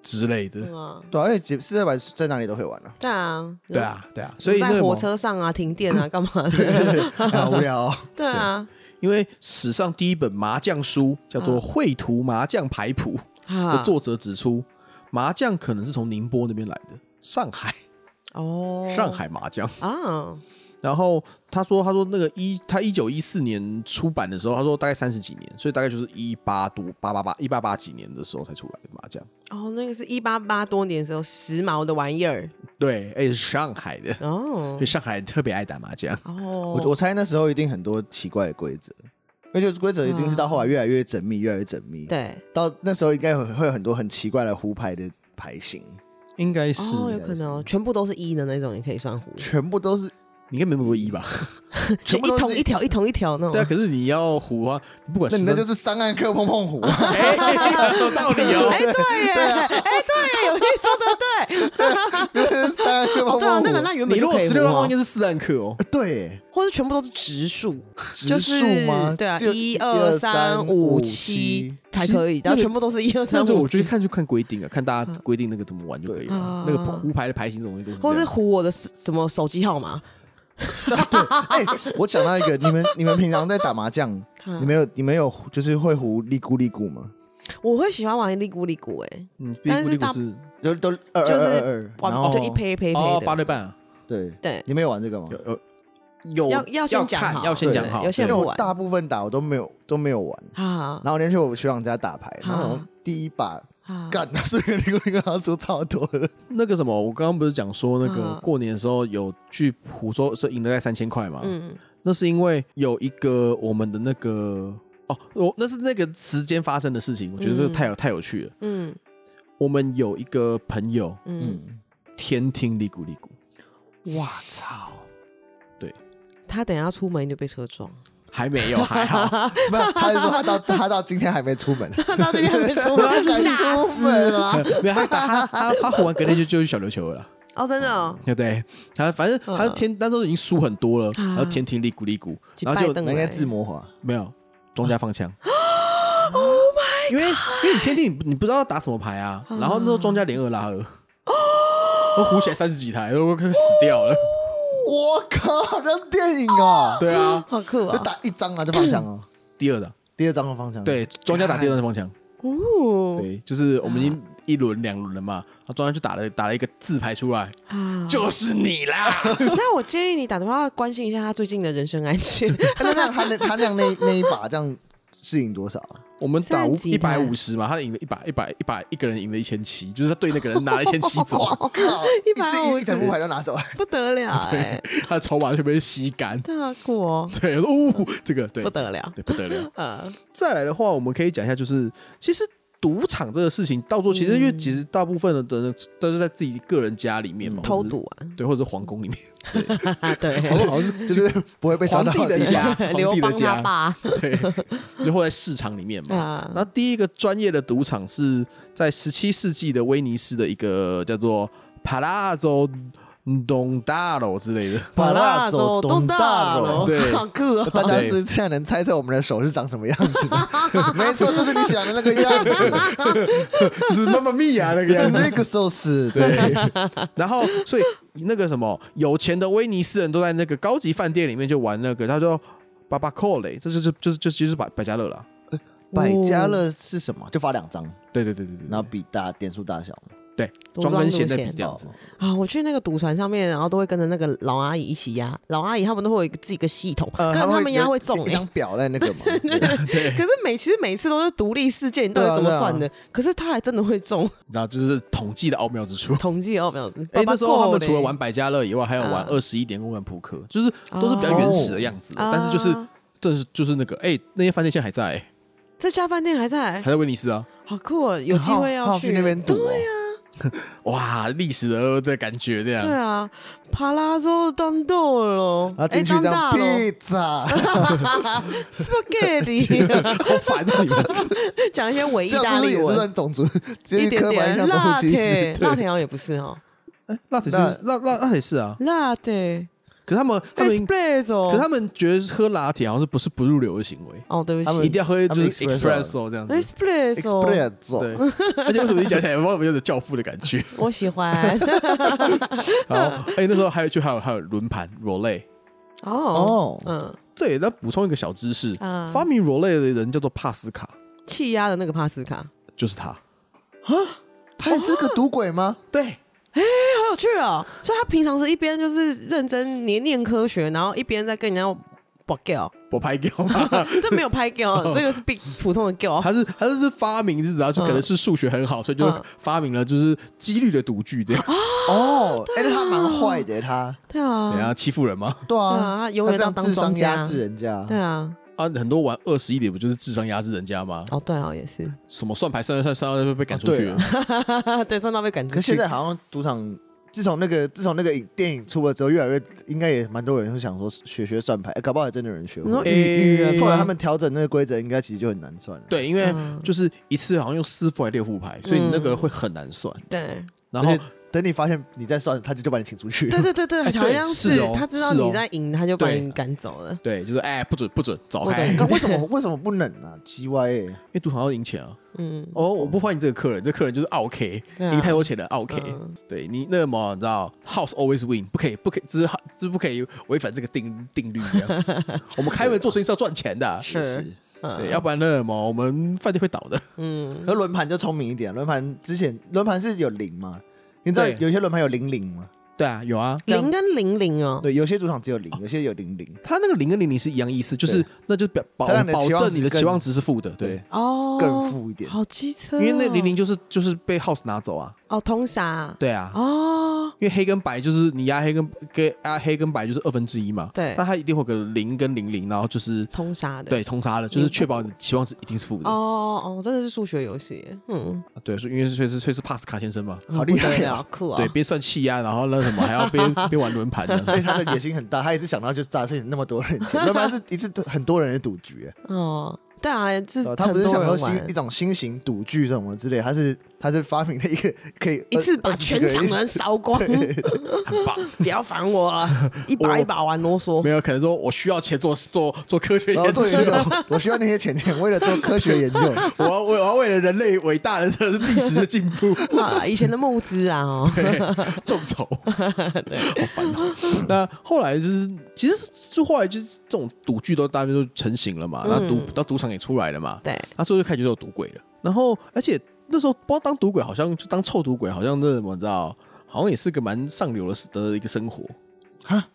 Speaker 2: 之类的
Speaker 3: 欸。，对啊，
Speaker 1: 对啊，而且四色牌在哪里都会玩啊，
Speaker 3: 对啊，
Speaker 2: 对啊，对啊，所以那
Speaker 3: 在
Speaker 2: 个哎
Speaker 3: 火
Speaker 2: 嘛
Speaker 3: 车上啊、停电啊、干嘛的？
Speaker 1: 好无聊哦。
Speaker 3: 对啊，
Speaker 2: 因为史上第一本麻将书叫做《绘图麻将牌谱》
Speaker 3: 嗯啊
Speaker 2: 的作者指出，麻将可能是从宁波那边来的，上海
Speaker 3: 哦，
Speaker 2: 上海麻将。
Speaker 3: 啊，
Speaker 2: 然后他说，他说那个一他一九一四年出版的时候，他说大概三十几年，所以大概就是一八多八八八一八八几年的时候才出来的麻将。
Speaker 3: 哦，那个是一八八多年的时候时髦的玩意儿
Speaker 2: 对，而且是上海的，
Speaker 3: 哦
Speaker 2: 所以上海人特别爱打麻将。
Speaker 3: 哦
Speaker 1: 我，我猜那时候一定很多奇怪的规则，因为就是规则一定是到后
Speaker 3: 啊
Speaker 1: 来越来越缜密，越来越缜密。，
Speaker 3: 对
Speaker 1: 到那时候应该会会有很多很奇怪的胡牌的牌型，
Speaker 2: 应该是，
Speaker 3: 哦，有可能哦，全部都是一的那种，也可以算胡，
Speaker 1: 全部都是
Speaker 2: 你应该没那么多一吧？
Speaker 1: 全部
Speaker 3: 一
Speaker 1: 都
Speaker 3: 桶
Speaker 1: 是
Speaker 3: 一。条一桶一条那
Speaker 2: 对啊，
Speaker 3: 种。
Speaker 2: 可是你要胡啊，不管
Speaker 1: 那
Speaker 2: 是
Speaker 1: 你那就是三暗克碰啊碰胡，
Speaker 2: 哎，有道理哦。
Speaker 3: 哎，对耶，
Speaker 1: 对啊
Speaker 3: 哎，对耶，有你说的对，
Speaker 1: 三暗克碰碰胡。
Speaker 3: 哦，对啊，那个那 原本
Speaker 2: 你如
Speaker 3: 就
Speaker 2: 果
Speaker 3: 可以
Speaker 2: 十六
Speaker 3: 胡
Speaker 2: 万
Speaker 3: 啊
Speaker 2: 应该是四暗克哦，
Speaker 1: 对
Speaker 3: 或者全部都是植树，
Speaker 1: 植树吗
Speaker 3: 就是对啊，
Speaker 1: 只有
Speaker 3: 一
Speaker 1: 一
Speaker 3: 二
Speaker 1: 二
Speaker 3: 三
Speaker 1: 三
Speaker 3: 五
Speaker 1: 五
Speaker 3: 七
Speaker 1: 七
Speaker 3: 才可以，
Speaker 2: 其实那个
Speaker 3: 然后全部都是一二
Speaker 2: 那
Speaker 3: 三
Speaker 2: 就
Speaker 3: 五
Speaker 2: 我觉
Speaker 3: 七
Speaker 2: 得。看就看规定啊，看大家规定那个怎么玩就可以了
Speaker 3: 嗯啊。
Speaker 2: 那个胡牌的牌型这种东西都是这
Speaker 3: 或
Speaker 2: 样，
Speaker 3: 是糊我的手什么手机号码？
Speaker 1: 对， 哎，我讲到一个，你 们你们平常在打麻将，
Speaker 3: 啊
Speaker 1: 你们有你们有就是会胡利咕利咕吗？
Speaker 3: 我会喜欢玩利咕利咕，哎，
Speaker 2: 嗯，第
Speaker 3: 但
Speaker 2: 一
Speaker 3: 是
Speaker 2: 步
Speaker 3: 大
Speaker 2: 是
Speaker 1: 都都二
Speaker 3: 就
Speaker 1: 二
Speaker 3: 是
Speaker 1: 二二，然
Speaker 3: 玩
Speaker 1: 后
Speaker 3: 就一胚一胚一
Speaker 2: 哦
Speaker 3: 胚
Speaker 2: 八对
Speaker 3: 的。
Speaker 2: 半啊，
Speaker 1: 对，
Speaker 3: 对，
Speaker 2: 哦
Speaker 1: 你们有玩这个吗？
Speaker 2: 有有有
Speaker 3: 要要先讲
Speaker 2: 看
Speaker 3: 好
Speaker 2: 要先讲
Speaker 3: 对
Speaker 2: 好，
Speaker 3: 有些
Speaker 1: 因
Speaker 3: 人
Speaker 1: 为
Speaker 2: 对
Speaker 3: 不
Speaker 1: 我
Speaker 3: 玩嗯
Speaker 1: 大部分打我都没有都没有玩，
Speaker 3: 好
Speaker 1: 然后连去我学长家打牌，然后
Speaker 3: 啊
Speaker 1: 第一把
Speaker 3: 好，
Speaker 1: 干，那是零零零，他输超多的，
Speaker 2: 那个什么，我刚刚不是讲说那个
Speaker 3: 嗯
Speaker 2: 过年的时候有去胡说，是赢了在三千块嘛？
Speaker 3: 嗯，
Speaker 2: 那是因为有一个我们的那个哦，我那是那个时间发生的事情，我觉得这个太有、太有趣了。
Speaker 3: 嗯
Speaker 2: 我们有一个朋友
Speaker 3: 嗯，
Speaker 2: 天听利古利古，哇操！
Speaker 3: 他等一下出门就被车撞，
Speaker 2: 还没有，还 好，
Speaker 1: 没有，他是说他到他到今天还没出门，
Speaker 3: 他到今天还没出
Speaker 1: 他
Speaker 3: 门，
Speaker 1: 就是
Speaker 3: 吓死了。
Speaker 1: 啊
Speaker 2: 没有他打他他他胡完隔天就就去小琉球了啦，
Speaker 3: 哦，真的哦，
Speaker 2: 对不对？他反正他就天那时候已经输很多了，然后天听利古利古，
Speaker 3: 嗯啊几
Speaker 2: 然后就
Speaker 3: 拜登
Speaker 1: 那应该自
Speaker 3: 来
Speaker 1: 摸滑，
Speaker 2: 没有庄家放枪。Oh my！因为因为你天天你你不知道要打什么牌啊，然后那时候庄家连二拉二，我胡起来三十几台，我快死掉了。
Speaker 1: 我靠，那电影哦，
Speaker 2: 对啊，
Speaker 3: 好酷
Speaker 1: 就
Speaker 3: 啊！
Speaker 1: 打一张啊就放枪哦，
Speaker 2: 第二的
Speaker 1: 第二张就放枪，，啊
Speaker 2: 对庄家打第二张放枪，
Speaker 3: 哦，
Speaker 2: 对，就是我们已经一轮两轮了嘛，然后庄家就打了打了一个字牌出来，
Speaker 3: 啊，
Speaker 2: 就是你啦。
Speaker 3: 那我建议你打电话关心一下他最近的人身 安全。
Speaker 1: 他哎那样他那他那样那那一把这样是赢多少啊？
Speaker 2: 我们打
Speaker 3: 现在
Speaker 2: 一
Speaker 3: 几
Speaker 2: 百
Speaker 3: 台
Speaker 2: 五十嘛，他赢了一百一百一百，一个人赢了一千七，就是他对那个人拿了一千七走，
Speaker 1: 我靠，一
Speaker 3: 150
Speaker 1: 次一整副牌都拿走了，
Speaker 3: 不得了哎、
Speaker 2: 他的筹码就被吸干。
Speaker 3: 大国
Speaker 2: 对，我说哦，这个对
Speaker 3: 不得了，
Speaker 2: 对不得了。
Speaker 3: 呃，
Speaker 2: 再来的话，我们可以讲一下，就是其实赌场这个事情，到做其实因为
Speaker 1: 嗯
Speaker 2: 其实大部分的人都是在自己个人家里面
Speaker 1: 嗯
Speaker 2: 嘛，
Speaker 3: 偷
Speaker 2: 或者是
Speaker 3: 赌啊
Speaker 2: 对，或者是皇宫里面，
Speaker 3: 啊，对，
Speaker 2: 皇宫好 像是
Speaker 1: 就
Speaker 2: 就
Speaker 1: 是是不 会被抓
Speaker 2: 皇
Speaker 1: 到
Speaker 2: 帝的家，皇
Speaker 3: 刘
Speaker 2: 帝的
Speaker 3: 邦他
Speaker 2: 家，
Speaker 3: 爸
Speaker 2: 对， 就或在市场里面嘛。
Speaker 3: 啊，
Speaker 2: 那第一个专业的赌场是在十七世纪的威尼斯的一个叫做 Palazzo Dondaro 之类的，
Speaker 1: 巴拉佐东大
Speaker 3: 了，
Speaker 1: 楼
Speaker 2: 对
Speaker 3: 好 酷哦，
Speaker 1: 大家是现在能猜测我们的手是长什么样子的？ 没错，就是你想的那个 样子，
Speaker 2: 就是妈妈咪呀那
Speaker 1: 就是那个寿司。对，
Speaker 2: 然后，所以那个什么有钱的威尼斯人都在那个高级饭店里面就玩那个，他说巴巴扣雷，这就是就是就是就是百百家乐啦。
Speaker 1: 百家乐是什么？就发两张，
Speaker 2: 对对对对对，
Speaker 1: 然后比大点数大小。
Speaker 2: 对
Speaker 3: 多
Speaker 2: 庄跟
Speaker 3: 庄
Speaker 2: 闲在
Speaker 3: 路
Speaker 2: 比
Speaker 3: 线
Speaker 2: 这样子，
Speaker 3: 啊，我去那个赌船上面，然后都会跟着那个老阿姨一起压，老阿姨他们都会有一个自己的系统，
Speaker 1: 呃
Speaker 3: 跟着他们压
Speaker 1: 有
Speaker 3: 会中
Speaker 1: 一
Speaker 3: 哎、
Speaker 1: 张表在那 个嘛。对
Speaker 3: 可是每其实每次都是独立事件，
Speaker 2: 啊
Speaker 3: 你到底怎么算的？可是他还真的会中，
Speaker 2: 然后就是统计的奥妙之处。
Speaker 3: 统计哦，表示。
Speaker 2: 哎，
Speaker 3: 爸
Speaker 2: 那
Speaker 3: 爸
Speaker 2: 时候他
Speaker 3: 够
Speaker 2: 们
Speaker 3: 嘞
Speaker 2: 除了玩百家乐以外，还有玩
Speaker 3: 啊
Speaker 2: 二十一点公园扑克，就是都是比较原始的样子的，
Speaker 3: 哦
Speaker 2: 但是就是
Speaker 3: 啊哎
Speaker 2: 正是就是那个哎，那些饭店现在还在，
Speaker 3: 这家饭店还在
Speaker 2: 还，在威尼斯啊，
Speaker 3: 好酷哦！有机会
Speaker 1: 好
Speaker 3: 要
Speaker 1: 好去那边赌。
Speaker 3: 对
Speaker 1: 呀，
Speaker 2: 哇，历史的的感觉这样
Speaker 3: 对。啊，哎帕拉州当豆喽，
Speaker 1: 然后进去这样披萨，
Speaker 3: 哎 spaghetti，
Speaker 2: 好烦啊！你们
Speaker 3: 讲一些伪意
Speaker 1: 这
Speaker 3: 大
Speaker 1: 样是不是
Speaker 3: 利
Speaker 1: 也是
Speaker 3: 文，
Speaker 1: 算种族？
Speaker 3: 一
Speaker 1: 直接
Speaker 3: 点
Speaker 1: 刻板印
Speaker 3: 点
Speaker 1: 象种
Speaker 3: 辣
Speaker 1: 族歧视
Speaker 3: 铁，，
Speaker 1: 对
Speaker 3: 辣铁好像也不是哦，
Speaker 2: 哎，辣腿是
Speaker 1: 那
Speaker 2: 辣辣辣腿是啊，
Speaker 3: 辣铁
Speaker 2: 可是他们他们
Speaker 3: espresso，
Speaker 2: 可是他们觉得喝拿铁好像是不是不入流的行为，
Speaker 3: 哦，对不
Speaker 1: 他
Speaker 3: 起
Speaker 1: 们
Speaker 2: 一定要喝
Speaker 1: 他
Speaker 2: 就
Speaker 1: 们
Speaker 2: 是
Speaker 1: espresso
Speaker 2: espresso 这样子。
Speaker 3: ，espresso，
Speaker 2: 对
Speaker 1: espresso，，
Speaker 2: 而且为什么你讲起来，我有点教父的感觉。
Speaker 3: 我喜欢
Speaker 2: 然后，哎，那时候还有就还有还有轮盘 roulette，
Speaker 3: 哦
Speaker 1: 哦，
Speaker 3: 嗯，
Speaker 2: 这也在补充一个小知识，
Speaker 3: 啊
Speaker 2: 发明 roulette 的人叫做帕斯卡，
Speaker 3: 气压的那个帕斯卡，好
Speaker 2: 就是他。
Speaker 1: 他也是个赌鬼吗？
Speaker 2: 对，
Speaker 3: 有趣哦！所以他平常是一边就是认真念念科学，然后一边在跟人家。不 g i l
Speaker 2: 我拍给我
Speaker 3: 这没有拍 g i l 这个是比普通的 g i l
Speaker 2: 他是他就是发明，就是然后就可能是数学很好，所以就
Speaker 3: 嗯
Speaker 2: 发明了就是几率的赌具这样。
Speaker 1: 哦，哎，那他蛮坏的，他
Speaker 3: 对啊，
Speaker 2: 等一下欺负人吗？
Speaker 1: 对
Speaker 3: 对啊
Speaker 1: 啊，
Speaker 3: 他永远
Speaker 1: 这样
Speaker 3: 当
Speaker 1: 智商
Speaker 3: 庄家
Speaker 1: 压制人家，
Speaker 3: 对啊，
Speaker 2: 啊，很多玩二十一点不就是智商压制人家吗？
Speaker 3: 哦，对啊，也是，
Speaker 2: 什么算牌算算算到就被赶
Speaker 1: 哦
Speaker 2: 出
Speaker 1: 对
Speaker 2: 去
Speaker 1: 啊
Speaker 2: 了。
Speaker 3: 对，算到被赶出
Speaker 1: 可是
Speaker 3: 去
Speaker 1: 现。在好像赌场，自从那个自从那个影电影出了之后，越来越应该也蛮多人会想说学学算牌，欸搞不好还真的有人学
Speaker 3: 你说
Speaker 1: 会。
Speaker 3: 语语
Speaker 2: 诶
Speaker 3: 人
Speaker 1: 后
Speaker 3: 吗
Speaker 1: 来他们调整那个规则，应该其实就很难算了。，
Speaker 2: 对，因为
Speaker 3: 嗯
Speaker 2: 就是一次好像用四副还六副牌，所以你那个会很难算。
Speaker 3: 对
Speaker 2: 然后
Speaker 1: 嗯而且等你发现你在算，他就就把你请出去。
Speaker 3: 对对对对，
Speaker 2: 哎
Speaker 3: 好像
Speaker 2: 对
Speaker 3: 是
Speaker 2: 是哦
Speaker 3: 他知道
Speaker 2: 是哦
Speaker 3: 你在赢，他就把
Speaker 2: 对
Speaker 3: 你赶走了。
Speaker 2: 对，就是哎、不准不准，走
Speaker 1: 为
Speaker 2: 开，
Speaker 1: 什
Speaker 2: 因
Speaker 1: 么？为什 么为什么不能啊？鸡歪欸
Speaker 2: 为赌场要赢钱啊。
Speaker 3: 嗯，
Speaker 2: 哦，我不欢迎这个客人，这客人就是 OK，
Speaker 3: 对啊
Speaker 2: 赢太多钱了 OK。
Speaker 3: 嗯
Speaker 2: 对你那个嘛，你知道 House always win，不可以不可以，这是这不可以违反这个定定律这样子。 我们开门做生意是要赚钱的啊，
Speaker 3: 是，
Speaker 1: 嗯
Speaker 2: 对，要不然那个嘛，我们饭店会倒的。
Speaker 3: 嗯，
Speaker 1: 而轮盘就聪明一点，轮盘之前轮盘是有零嘛？你知道
Speaker 2: 对
Speaker 1: 有些轮盘有零零吗？
Speaker 2: 对啊，有啊，这样
Speaker 3: 零跟零零哦，
Speaker 1: 对，有些主场只有零，有些有零零，
Speaker 2: 它那个零跟零零是一样意思，就是
Speaker 1: 对
Speaker 2: 那就表保
Speaker 1: 它让你的
Speaker 2: 保
Speaker 1: 期望
Speaker 2: 证
Speaker 1: 值
Speaker 2: 你的
Speaker 1: 更
Speaker 2: 期望值是负的，对
Speaker 1: 对，，
Speaker 3: 哦，
Speaker 1: 更富一点。
Speaker 3: 好机车
Speaker 2: 因
Speaker 3: 哦，
Speaker 2: 为那零零就是就是被 House 拿走啊，
Speaker 3: 哦通杀，
Speaker 2: 对啊，
Speaker 3: 哦，
Speaker 2: 因为黑跟白就是你压黑跟跟压黑跟白就是二分之一嘛，
Speaker 3: 对
Speaker 2: 那它一定会有个零跟零零，然后就是
Speaker 3: 通杀的，
Speaker 2: 对通杀了，就是确保你的期望值一定是负的，啊
Speaker 3: 哦哦，真的是数学游戏耶，嗯，
Speaker 2: 对，所以因为是所以是所以是帕斯卡先生嘛，
Speaker 1: 好厉害
Speaker 3: 不得
Speaker 1: 啊
Speaker 3: 了，酷啊，
Speaker 2: 对，边算气压，然后那什么还要边边玩轮 盘
Speaker 1: 所以
Speaker 2: 的，
Speaker 1: 他的野心很大，他一直想到就砸碎那么多人 钱，要不然是一次很多人的赌局。
Speaker 3: 哦，对啊，这
Speaker 1: 他不是
Speaker 3: 很多
Speaker 1: 想说
Speaker 3: 人
Speaker 1: 新
Speaker 3: 玩
Speaker 1: 一种新型赌具什么之类，他是他是发明了一个可以
Speaker 3: 一次
Speaker 1: 20
Speaker 3: 把全场的人扫光，
Speaker 2: 很棒。
Speaker 3: 不要烦我了，一把一把玩啰嗦
Speaker 2: 没。有，可能说我需要钱做做做科学
Speaker 1: 然后
Speaker 2: 研究
Speaker 1: 哦做，研究， 我需要那些钱钱，为了做科学研 究。
Speaker 2: 我要我要为了人类伟大的 这个历史的进步。
Speaker 3: 啊，以前的募资啊，哦，
Speaker 2: 众筹，好烦哦。那后来就是，其实就后来就是这种赌剧都大家都成型了嘛，
Speaker 3: 嗯
Speaker 2: 那赌到赌场也出来了嘛，
Speaker 3: 对，
Speaker 2: 那最后就开始就有赌鬼了。然后而且那时候不知道当赌鬼好像就当臭赌鬼，好像那怎么知道，好像也是个蛮上流的的一个生活。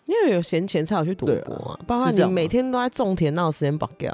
Speaker 3: 因为有闲钱才有去赌
Speaker 1: 对
Speaker 3: 博
Speaker 1: 啊
Speaker 3: 啊，不然
Speaker 1: 是这
Speaker 3: 你
Speaker 1: 样吗
Speaker 3: 每天都在种田，哪有时间绑掉？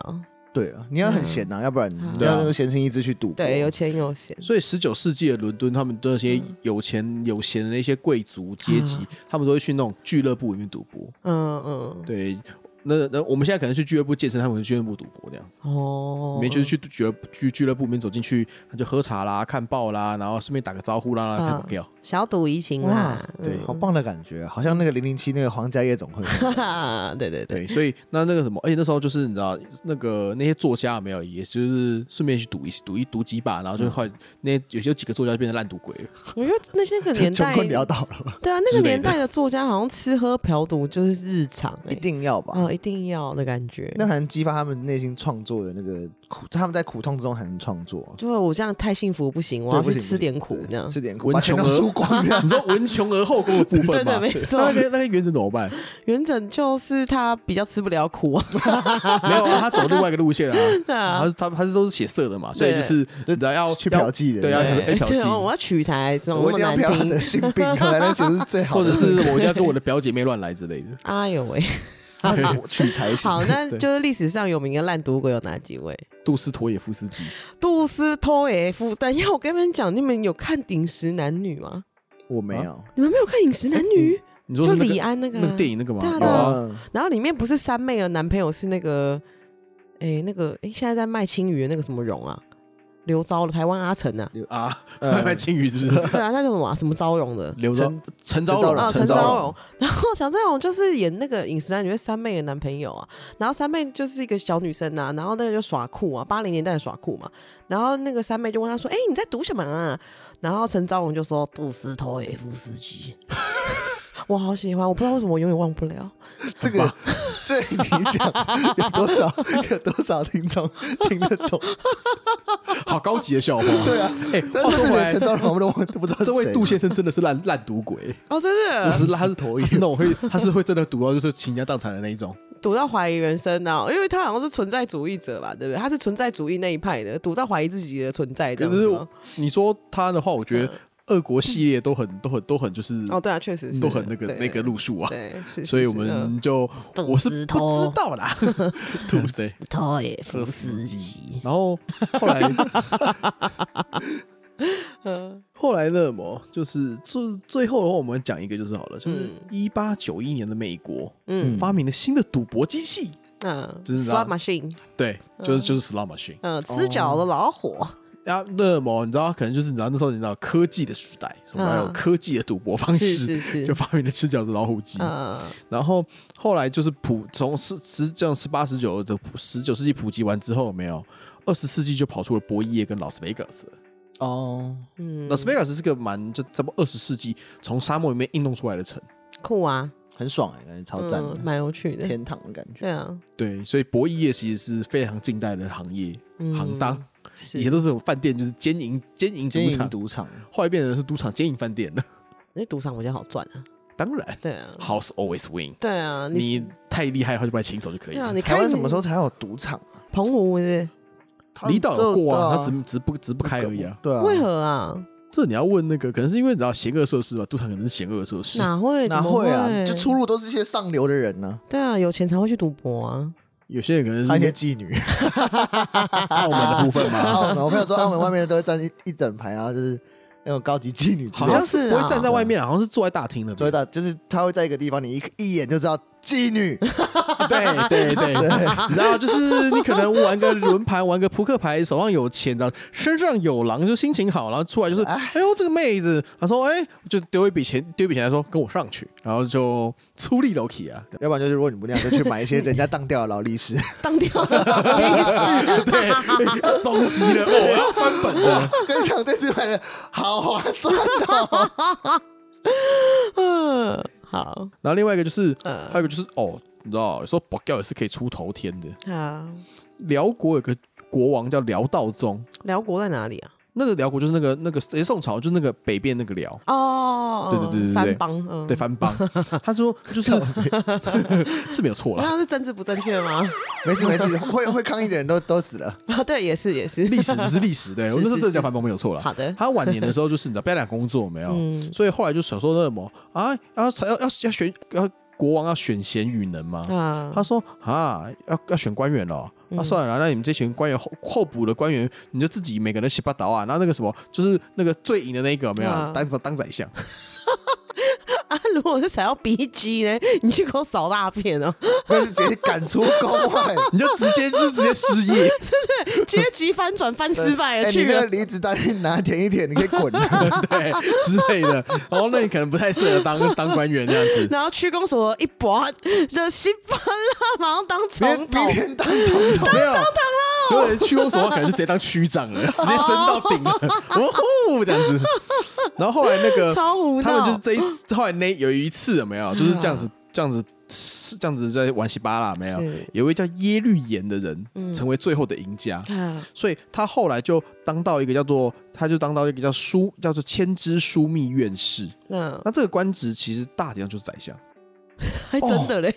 Speaker 1: 对啊，你要很闲呐，要不然
Speaker 3: 嗯
Speaker 1: 你要那个闲情逸致去赌。
Speaker 3: 对，有钱有闲，
Speaker 2: 所以十九世纪的伦敦，他们的那些有钱有闲的那些贵族阶级，他们都会去那种俱乐部里面赌博。
Speaker 3: 嗯嗯，
Speaker 2: 对，那那我们现在可能去俱乐部健身，他们去俱乐部赌博这样子。
Speaker 3: 哦
Speaker 2: 里，面就是去俱乐部去俱乐部里面走进去，他就喝茶啦、看报啦，然后顺便打个招呼啦，
Speaker 3: 嗯
Speaker 2: 看哦股票。
Speaker 3: 小赌怡情啦，
Speaker 2: 对
Speaker 1: 好棒的感觉，好像那个零零七那个皇家夜总 会。
Speaker 3: 嗯，对对对，
Speaker 2: 对，所以那那个什么，而哎且那时候就是你知道那个那些作家有没有，也就是顺便去赌一赌一赌几把，然后就快、那些有些有几个作家就变成烂赌鬼了。
Speaker 3: 我觉得那些那个年
Speaker 1: 穷
Speaker 3: 代，
Speaker 1: 困潦倒了吧？
Speaker 3: 对啊，那
Speaker 2: 之
Speaker 3: 个
Speaker 2: 类
Speaker 3: 年
Speaker 2: 的
Speaker 3: 代的作家好像吃喝嫖赌就是日常，
Speaker 1: 一
Speaker 3: 哎，
Speaker 1: 定要吧？
Speaker 3: 啊，一定要的感觉。
Speaker 1: 那还能激发他们内心创作的那个苦，他们在苦痛之中还能创作。
Speaker 3: 就是我这样太幸福不行，我
Speaker 1: 对
Speaker 3: 要
Speaker 1: 不
Speaker 3: 去
Speaker 1: 行
Speaker 3: 吃点苦
Speaker 1: 对
Speaker 3: 这样。
Speaker 1: 吃点苦，
Speaker 2: 文
Speaker 1: 把钱
Speaker 2: 穷
Speaker 1: 都
Speaker 2: 而
Speaker 1: 输 光这样。
Speaker 2: 你说文穷而后功的部分
Speaker 3: 对
Speaker 2: 嘛
Speaker 3: 对，？没
Speaker 2: 那
Speaker 3: 错
Speaker 2: 那。个那个原则怎么 办？
Speaker 3: 元稹就是他比较吃不了苦啊，
Speaker 2: 没有、啊，他走另外一个路线啊。
Speaker 3: 对 啊
Speaker 2: 他他他是都是写色的嘛，所以
Speaker 3: 对
Speaker 2: 就是你知道要
Speaker 1: 去
Speaker 2: 要
Speaker 1: 嫖妓的
Speaker 2: 对，要
Speaker 3: 对，
Speaker 2: 要嫖
Speaker 3: 对，我
Speaker 2: 妓，
Speaker 3: 要取材，怎么
Speaker 1: 啊我一定要
Speaker 3: 那
Speaker 1: 嫖
Speaker 3: 么
Speaker 1: 他
Speaker 3: 难
Speaker 1: 的
Speaker 3: 听？
Speaker 1: 性病，啊 来那酒是最好
Speaker 2: 或
Speaker 1: 的。
Speaker 2: 者 是我一定要跟我的表姐妹乱来之类的。
Speaker 3: 哎呦喂，
Speaker 1: 我 取材型。
Speaker 3: 好，那
Speaker 2: 对
Speaker 3: 就是历史上有名的烂赌鬼有哪几位？
Speaker 2: 杜斯妥也夫斯基，
Speaker 3: 杜斯托耶夫。等一下，我跟你们讲，你们有看《饮食男女》吗？
Speaker 1: 我没有。
Speaker 3: 你们没有看《饮食男女》？
Speaker 2: 你说
Speaker 3: 就是
Speaker 2: 那
Speaker 3: 李
Speaker 2: 个
Speaker 3: 安那个
Speaker 2: 那
Speaker 3: 啊
Speaker 2: 个电影那个吗？
Speaker 3: 对啊
Speaker 2: 有
Speaker 3: 对
Speaker 2: 啊
Speaker 3: 啊
Speaker 1: 嗯
Speaker 3: 然后里面不是三妹的男朋友是那个，哎、那个哎、现在在卖青鱼的那个什么荣啊，刘昭的台湾阿成啊，
Speaker 2: 啊，
Speaker 1: 嗯
Speaker 2: 卖卖青鱼是不是？
Speaker 3: 对啊，那个什么啊、什么昭荣的。
Speaker 2: 刘昭
Speaker 1: 陈
Speaker 2: 哦陈
Speaker 1: 昭
Speaker 2: 昭
Speaker 1: 荣
Speaker 3: 啊，
Speaker 2: 荣，
Speaker 3: 陈
Speaker 1: 昭
Speaker 3: 昭
Speaker 1: 荣
Speaker 3: 荣， 然后陈昭荣就是演那个《饮食男女》三妹的男朋友啊，然后三妹就是一个小女生呐、啊，然后那个就耍酷啊，八零年代的耍酷嘛，然后那个三妹就问他说：“哎、你在读什么啊？”然后陈昭荣就说：“杜斯托耶夫斯基。” 我好喜欢，我不知道为什么我永远忘不了。
Speaker 1: 这个， 这你讲有多少有多少听众听得懂？
Speaker 2: 好高级的笑话。 对啊，哎，
Speaker 1: 但
Speaker 2: 话
Speaker 1: 是
Speaker 2: 说
Speaker 1: 这
Speaker 2: 回
Speaker 1: 个
Speaker 2: 来
Speaker 1: 陈，昭荣，我们都都不知道是
Speaker 2: 这位
Speaker 1: 谁啊
Speaker 2: 杜先生真的是烂烂赌鬼，
Speaker 3: 哦，真的，
Speaker 2: 他是他是
Speaker 1: 头
Speaker 2: 他
Speaker 1: 一
Speaker 2: 是那种会他是会真的赌到就是倾家荡产的那一种。
Speaker 3: 赌到怀疑人生啊，因为他好像是存在主义者吧，对不对？他是存在主义那一派的，赌到怀疑自己的存在这
Speaker 2: 可
Speaker 3: 样子啊
Speaker 2: 是
Speaker 3: 吗。
Speaker 2: 你说他的话，我觉得俄国系列都很都很都很就是
Speaker 3: 呃哦，对啊，确实是
Speaker 2: 都很那个
Speaker 3: 对
Speaker 2: 那个路数啊，
Speaker 3: 对，是是
Speaker 2: 所以我
Speaker 3: 是嗯
Speaker 2: 们就
Speaker 3: 嗯
Speaker 2: 我是
Speaker 3: 杜斯
Speaker 2: 不
Speaker 3: 托
Speaker 2: 知道 啦，对对。
Speaker 3: 托耶夫斯基，
Speaker 2: 然后后 来，
Speaker 3: 嗯
Speaker 2: 后来呢？么就是最最后的话，我们讲一个就是好了，
Speaker 3: 嗯
Speaker 2: 就是一八九一年的美国，嗯，发明了新的赌博机器，
Speaker 3: 嗯
Speaker 2: 就是哦
Speaker 3: s l o t machine，
Speaker 2: 对，就是就是 slot machine。
Speaker 3: 嗯，吃脚的老虎，
Speaker 2: 然后那么你知道，可能就是你知道那时候你知道科技的时代，我们要有
Speaker 3: 嗯
Speaker 2: 科技的赌博方
Speaker 3: 是
Speaker 2: 式，
Speaker 3: 是 是
Speaker 2: 就发明了吃饺子老虎机。
Speaker 3: 嗯，
Speaker 2: 然后后来就是普从十十这样十八十九的十九世纪普及完之后，有没有二十世纪就跑出了博弈业跟 Las Vegas 了。
Speaker 1: 哦，
Speaker 3: 嗯，
Speaker 2: Las Vegas 是个蛮就差不多二十世纪从沙漠里面运动出来的城，
Speaker 3: 酷啊，
Speaker 1: 很爽哎，感觉超赞
Speaker 2: 啊
Speaker 3: 嗯，
Speaker 1: 的，
Speaker 3: 蛮有趣的，
Speaker 1: 天堂的感觉。
Speaker 3: 对啊，
Speaker 2: 对，所以博弈业其实是非常近代的行业、
Speaker 3: 嗯
Speaker 2: 行当，以前
Speaker 3: 是，
Speaker 2: 都是有饭店，就是兼营兼营
Speaker 1: 经
Speaker 2: 赌
Speaker 1: 营
Speaker 2: 场，
Speaker 1: 赌场，
Speaker 2: 后来变成是赌场兼营饭店了。
Speaker 3: 那赌场我觉得好赚啊，
Speaker 2: 当然
Speaker 3: 对啊，
Speaker 2: ，House always win，
Speaker 3: 对啊，你
Speaker 2: 你太厉害的话就把你请走就可以
Speaker 3: 对啊，
Speaker 2: 了。
Speaker 3: 你
Speaker 1: 台湾
Speaker 3: 看
Speaker 1: 什么时候才有赌场啊？
Speaker 3: 澎湖是不是
Speaker 2: 离岛有过啊，
Speaker 1: 他
Speaker 2: 他只只不只不开而已啊。
Speaker 1: 对啊，
Speaker 3: 为何啊？
Speaker 2: 这你要问那个，可能是因为你知道邪恶设施吧，赌场可能是邪恶设施。
Speaker 3: 哪会？
Speaker 1: 哪
Speaker 3: 怎么
Speaker 1: 会
Speaker 3: 会
Speaker 1: 啊？就出入都是一些上流的人呢、
Speaker 3: 对啊，有钱才会去赌 博啊。
Speaker 2: 有些人可能
Speaker 1: 还有一
Speaker 2: 是
Speaker 1: 些妓 女。
Speaker 2: 澳门的部分
Speaker 1: 然
Speaker 3: 哦
Speaker 2: 嘛，
Speaker 1: 后我朋友说，澳门外面都会站一一整排，然后就是那种高级妓女之类的，
Speaker 2: 好像是不会
Speaker 3: 是啊
Speaker 2: 站在外面，好像是坐在大厅的。
Speaker 1: 所以到就是他会在一个地方，你一一眼就知道妓 女。
Speaker 2: 对对对，你知道，就是你可能玩个轮盘，玩个扑克牌，手上有钱，然后身上有狼，就心情好，然后出来就是，哎呦这个妹子，他说哎，就丢一笔钱，丢一笔钱，他说跟我上去，然后就出力楼梯啊，
Speaker 1: 要不然就是如果你不那样，就去买一些人家当掉的劳力士。
Speaker 3: 当掉了，没事。
Speaker 2: 对，终极了，我要翻本的，
Speaker 1: 跟你讲，这次买的好划算 哦。
Speaker 3: 嗯， 好
Speaker 2: 然后另外一个就是，
Speaker 3: 嗯
Speaker 2: 还有一个就是哦，你知道，有时候保钓也是可以出头天的。
Speaker 3: 啊，
Speaker 2: 辽国有个国王叫辽道宗，
Speaker 3: 辽国在哪里啊？
Speaker 2: 那个辽国就是那个那个也是宋朝，就是那个北边那个辽。
Speaker 3: 哦，
Speaker 2: 对对对对对
Speaker 3: 藩邦，嗯，
Speaker 2: 对，番邦，他说就是是没有错啦，
Speaker 3: 那是政治不正确吗？
Speaker 1: 没事没事，会会抗议的人都都死 了。
Speaker 3: 啊，对，也是也是。
Speaker 2: 历史只是历史，对
Speaker 3: 是
Speaker 2: 我那时候真
Speaker 3: 是
Speaker 2: 的
Speaker 3: 是
Speaker 2: 叫番邦没有错啦。
Speaker 3: 好的
Speaker 2: 他晚年的时候就是你知道不要讲工作有没有，
Speaker 3: 嗯
Speaker 2: 所以后来就想说那什么啊，要要要要选要国王要选贤与能嘛，
Speaker 3: 啊
Speaker 2: 他，说啊，要要选官员了。
Speaker 3: 嗯
Speaker 2: 那、啊、算了啦，那你们这群官员候候补的官员，你就自己每个人洗八刀啊。然后那个什么，就是那个最赢的那一个有没有、
Speaker 3: 啊
Speaker 2: 当当宰相，
Speaker 3: 啊，如果是想要 BG 呢，你去给我扫大 片哦，
Speaker 1: 那是直接赶出宫外。
Speaker 2: 你就直接就直接失业。
Speaker 3: 阶级翻转翻失败
Speaker 1: 哎
Speaker 3: 了，
Speaker 1: 你
Speaker 3: 去
Speaker 1: 那
Speaker 3: 了
Speaker 1: 个离职单据拿舔一舔，你可以滚。
Speaker 2: 对 之类的。然后那你可能不太适合当当官员这样子。
Speaker 3: 然后区公所一拔，这稀巴烂，马上当
Speaker 1: 明
Speaker 3: 总
Speaker 1: 明
Speaker 3: 统。
Speaker 1: 天当总统，
Speaker 2: 没有，有人去公所可能是直接当区长了， 直接升到顶 了，哦吼这样子。然后后来那个
Speaker 3: 超嗯胡闹
Speaker 2: 他们就是这一次，后来那有一次有没有，就是这样子，这样子。这样子在玩西巴啦，没有
Speaker 3: 是嗯
Speaker 2: 有一位叫耶律炎的人成为最后的赢家，
Speaker 3: 啊
Speaker 2: 所以他后来就当到一个叫做，他就当到一个叫枢，叫做千知枢密院士。
Speaker 3: 那
Speaker 1: 哦
Speaker 2: 那这个官职其实大体上就是宰相。
Speaker 3: 还真的嘞，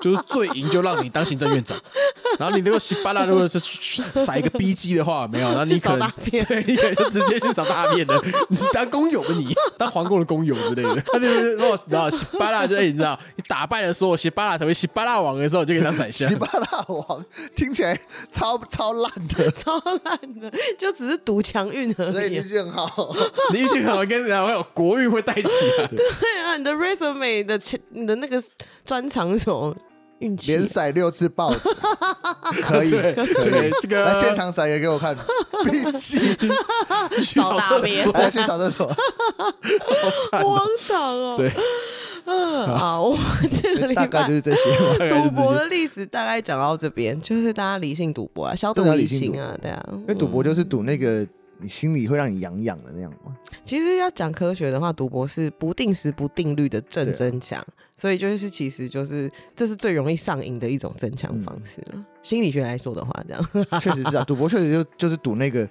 Speaker 2: 就是最赢就让你当行政院长， 然后你如果稀巴烂，如果是撒一个 B G 的话，有没有，
Speaker 1: 哦
Speaker 2: 那你
Speaker 3: 去
Speaker 2: 可
Speaker 3: 扫
Speaker 2: 能
Speaker 3: 大片
Speaker 2: 对，你可能就直接去扫大便了。你是当工友的你， 当皇宫的工友之类的。他就是如果你知道稀巴烂，就是你知道你打败了所有稀巴烂成为稀巴烂王的时候，你就可以当宰相
Speaker 1: 喜。巴拉王听起来超超烂 的，
Speaker 3: 超烂的，就只是赌强运而
Speaker 1: 所以
Speaker 3: 已
Speaker 1: 运。气很好。
Speaker 2: 你一去可能跟人家会有国运会带起来。
Speaker 3: 对啊，你的 resume 的前你的那个专长是什么运气？
Speaker 1: 连甩六次报纸，可以，
Speaker 2: 对
Speaker 1: 可以
Speaker 2: 对。这个
Speaker 1: 来现场甩一个给我看，笔记，
Speaker 2: 去扫
Speaker 3: 扫大
Speaker 2: 厕
Speaker 3: 便
Speaker 2: 所，
Speaker 1: 还要去扫厕所。
Speaker 3: 荒唐哦。
Speaker 2: 对，
Speaker 3: 嗯，好，我们这个礼
Speaker 1: 大概
Speaker 3: 拜
Speaker 1: 就是这些吧。
Speaker 2: 大概是这
Speaker 3: 赌博
Speaker 2: 些
Speaker 3: 的历史大概讲到这边，就是大家理性赌博啊，消毒
Speaker 1: 真的要
Speaker 3: 理
Speaker 1: 理性
Speaker 3: 性
Speaker 1: 赌
Speaker 3: 啊，对啊。
Speaker 1: 因为赌博就是赌那个你心里会让你痒痒的那样嘛。
Speaker 3: 其实要讲科学的话，赌博是不定时不定律的正
Speaker 1: 对啊
Speaker 3: 增强，所以就是其实就是这是最容易上瘾的一种增强方式
Speaker 1: 嗯
Speaker 3: 了。心理学来说的话，这样
Speaker 1: 确实是啊，赌博确实就就是赌那个，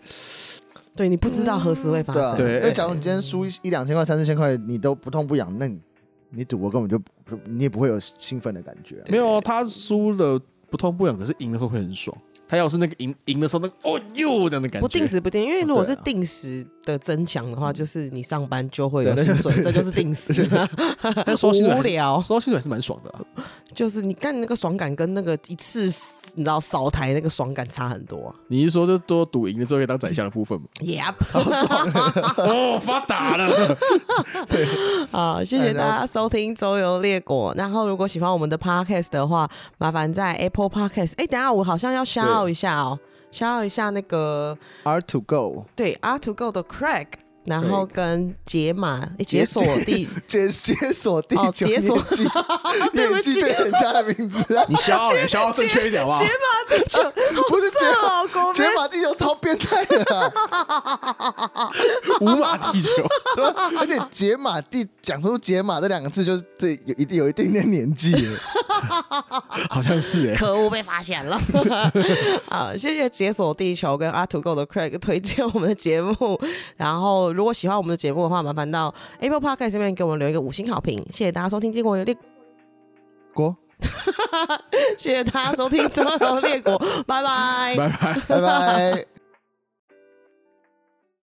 Speaker 3: 对你不知道何时会发
Speaker 1: 对啊，
Speaker 3: 生，
Speaker 2: 对
Speaker 1: 因为假如你今天输一一两千块、三四千块，你都不痛不痒，那你你赌博根本就不你也不会有兴奋的感觉啊、
Speaker 2: 没有，他输了不痛不痒，可是赢的时候会很爽。他要是那个赢赢的时候，那个哦哟这样的感觉，
Speaker 3: 不定时不定，因为如果
Speaker 1: 对
Speaker 3: 是
Speaker 1: 啊
Speaker 3: 定时的增强的话，就是你上班就会
Speaker 1: 对
Speaker 3: 有
Speaker 1: 那
Speaker 3: 薪
Speaker 1: 就
Speaker 3: 水，这就是定时 啊。
Speaker 2: 但收薪水还
Speaker 3: 无
Speaker 2: 是
Speaker 3: 聊
Speaker 2: 收薪水还是蛮爽的、啊。
Speaker 3: 就是你干那个爽感跟那个一次你知道扫台那个爽感差很 多、啊。
Speaker 2: 你是说就多赌赢了之后可以当宰相的部分吗？
Speaker 3: Yep，
Speaker 2: 哦，发达了，
Speaker 3: 好，谢谢大家收听《周游列国》。然后，如果喜欢我们的 Podcast 的话，麻烦在 Apple Podcast。哎，等一下我好像要 shout out 一下哦，shout out 一下那个
Speaker 1: R to go
Speaker 3: 对 R to Go 的 Craig，然后跟解码诶解锁 地。
Speaker 1: 解解锁第
Speaker 3: 哦
Speaker 1: 九
Speaker 3: 解
Speaker 1: 年
Speaker 3: 锁
Speaker 1: 纪，
Speaker 3: 对不
Speaker 1: 年
Speaker 3: 起
Speaker 1: 纪对人家的名字啊，
Speaker 2: 你消耗点，消耗正确一点好不好
Speaker 3: 解？码地球，哦
Speaker 1: 不是解
Speaker 3: 这老公
Speaker 1: 解码地球超变态的啊、
Speaker 2: 无码地球，
Speaker 1: 对吧而且解码地讲出解码这两个字，就是这有一定有一定的年纪了。
Speaker 2: 好像是哎、
Speaker 3: 可恶，被发现了。好，谢谢解锁地球跟阿土狗的 Craig 推荐我们的节目。然后，如果喜欢我们的节目的话，麻烦到 Apple Podcast 这边给我们留一个五星好评。谢谢大家收听《结果有列
Speaker 1: 国，
Speaker 3: 谢谢大家收听《周游列国》，拜拜。
Speaker 2: 拜拜。
Speaker 1: 拜拜。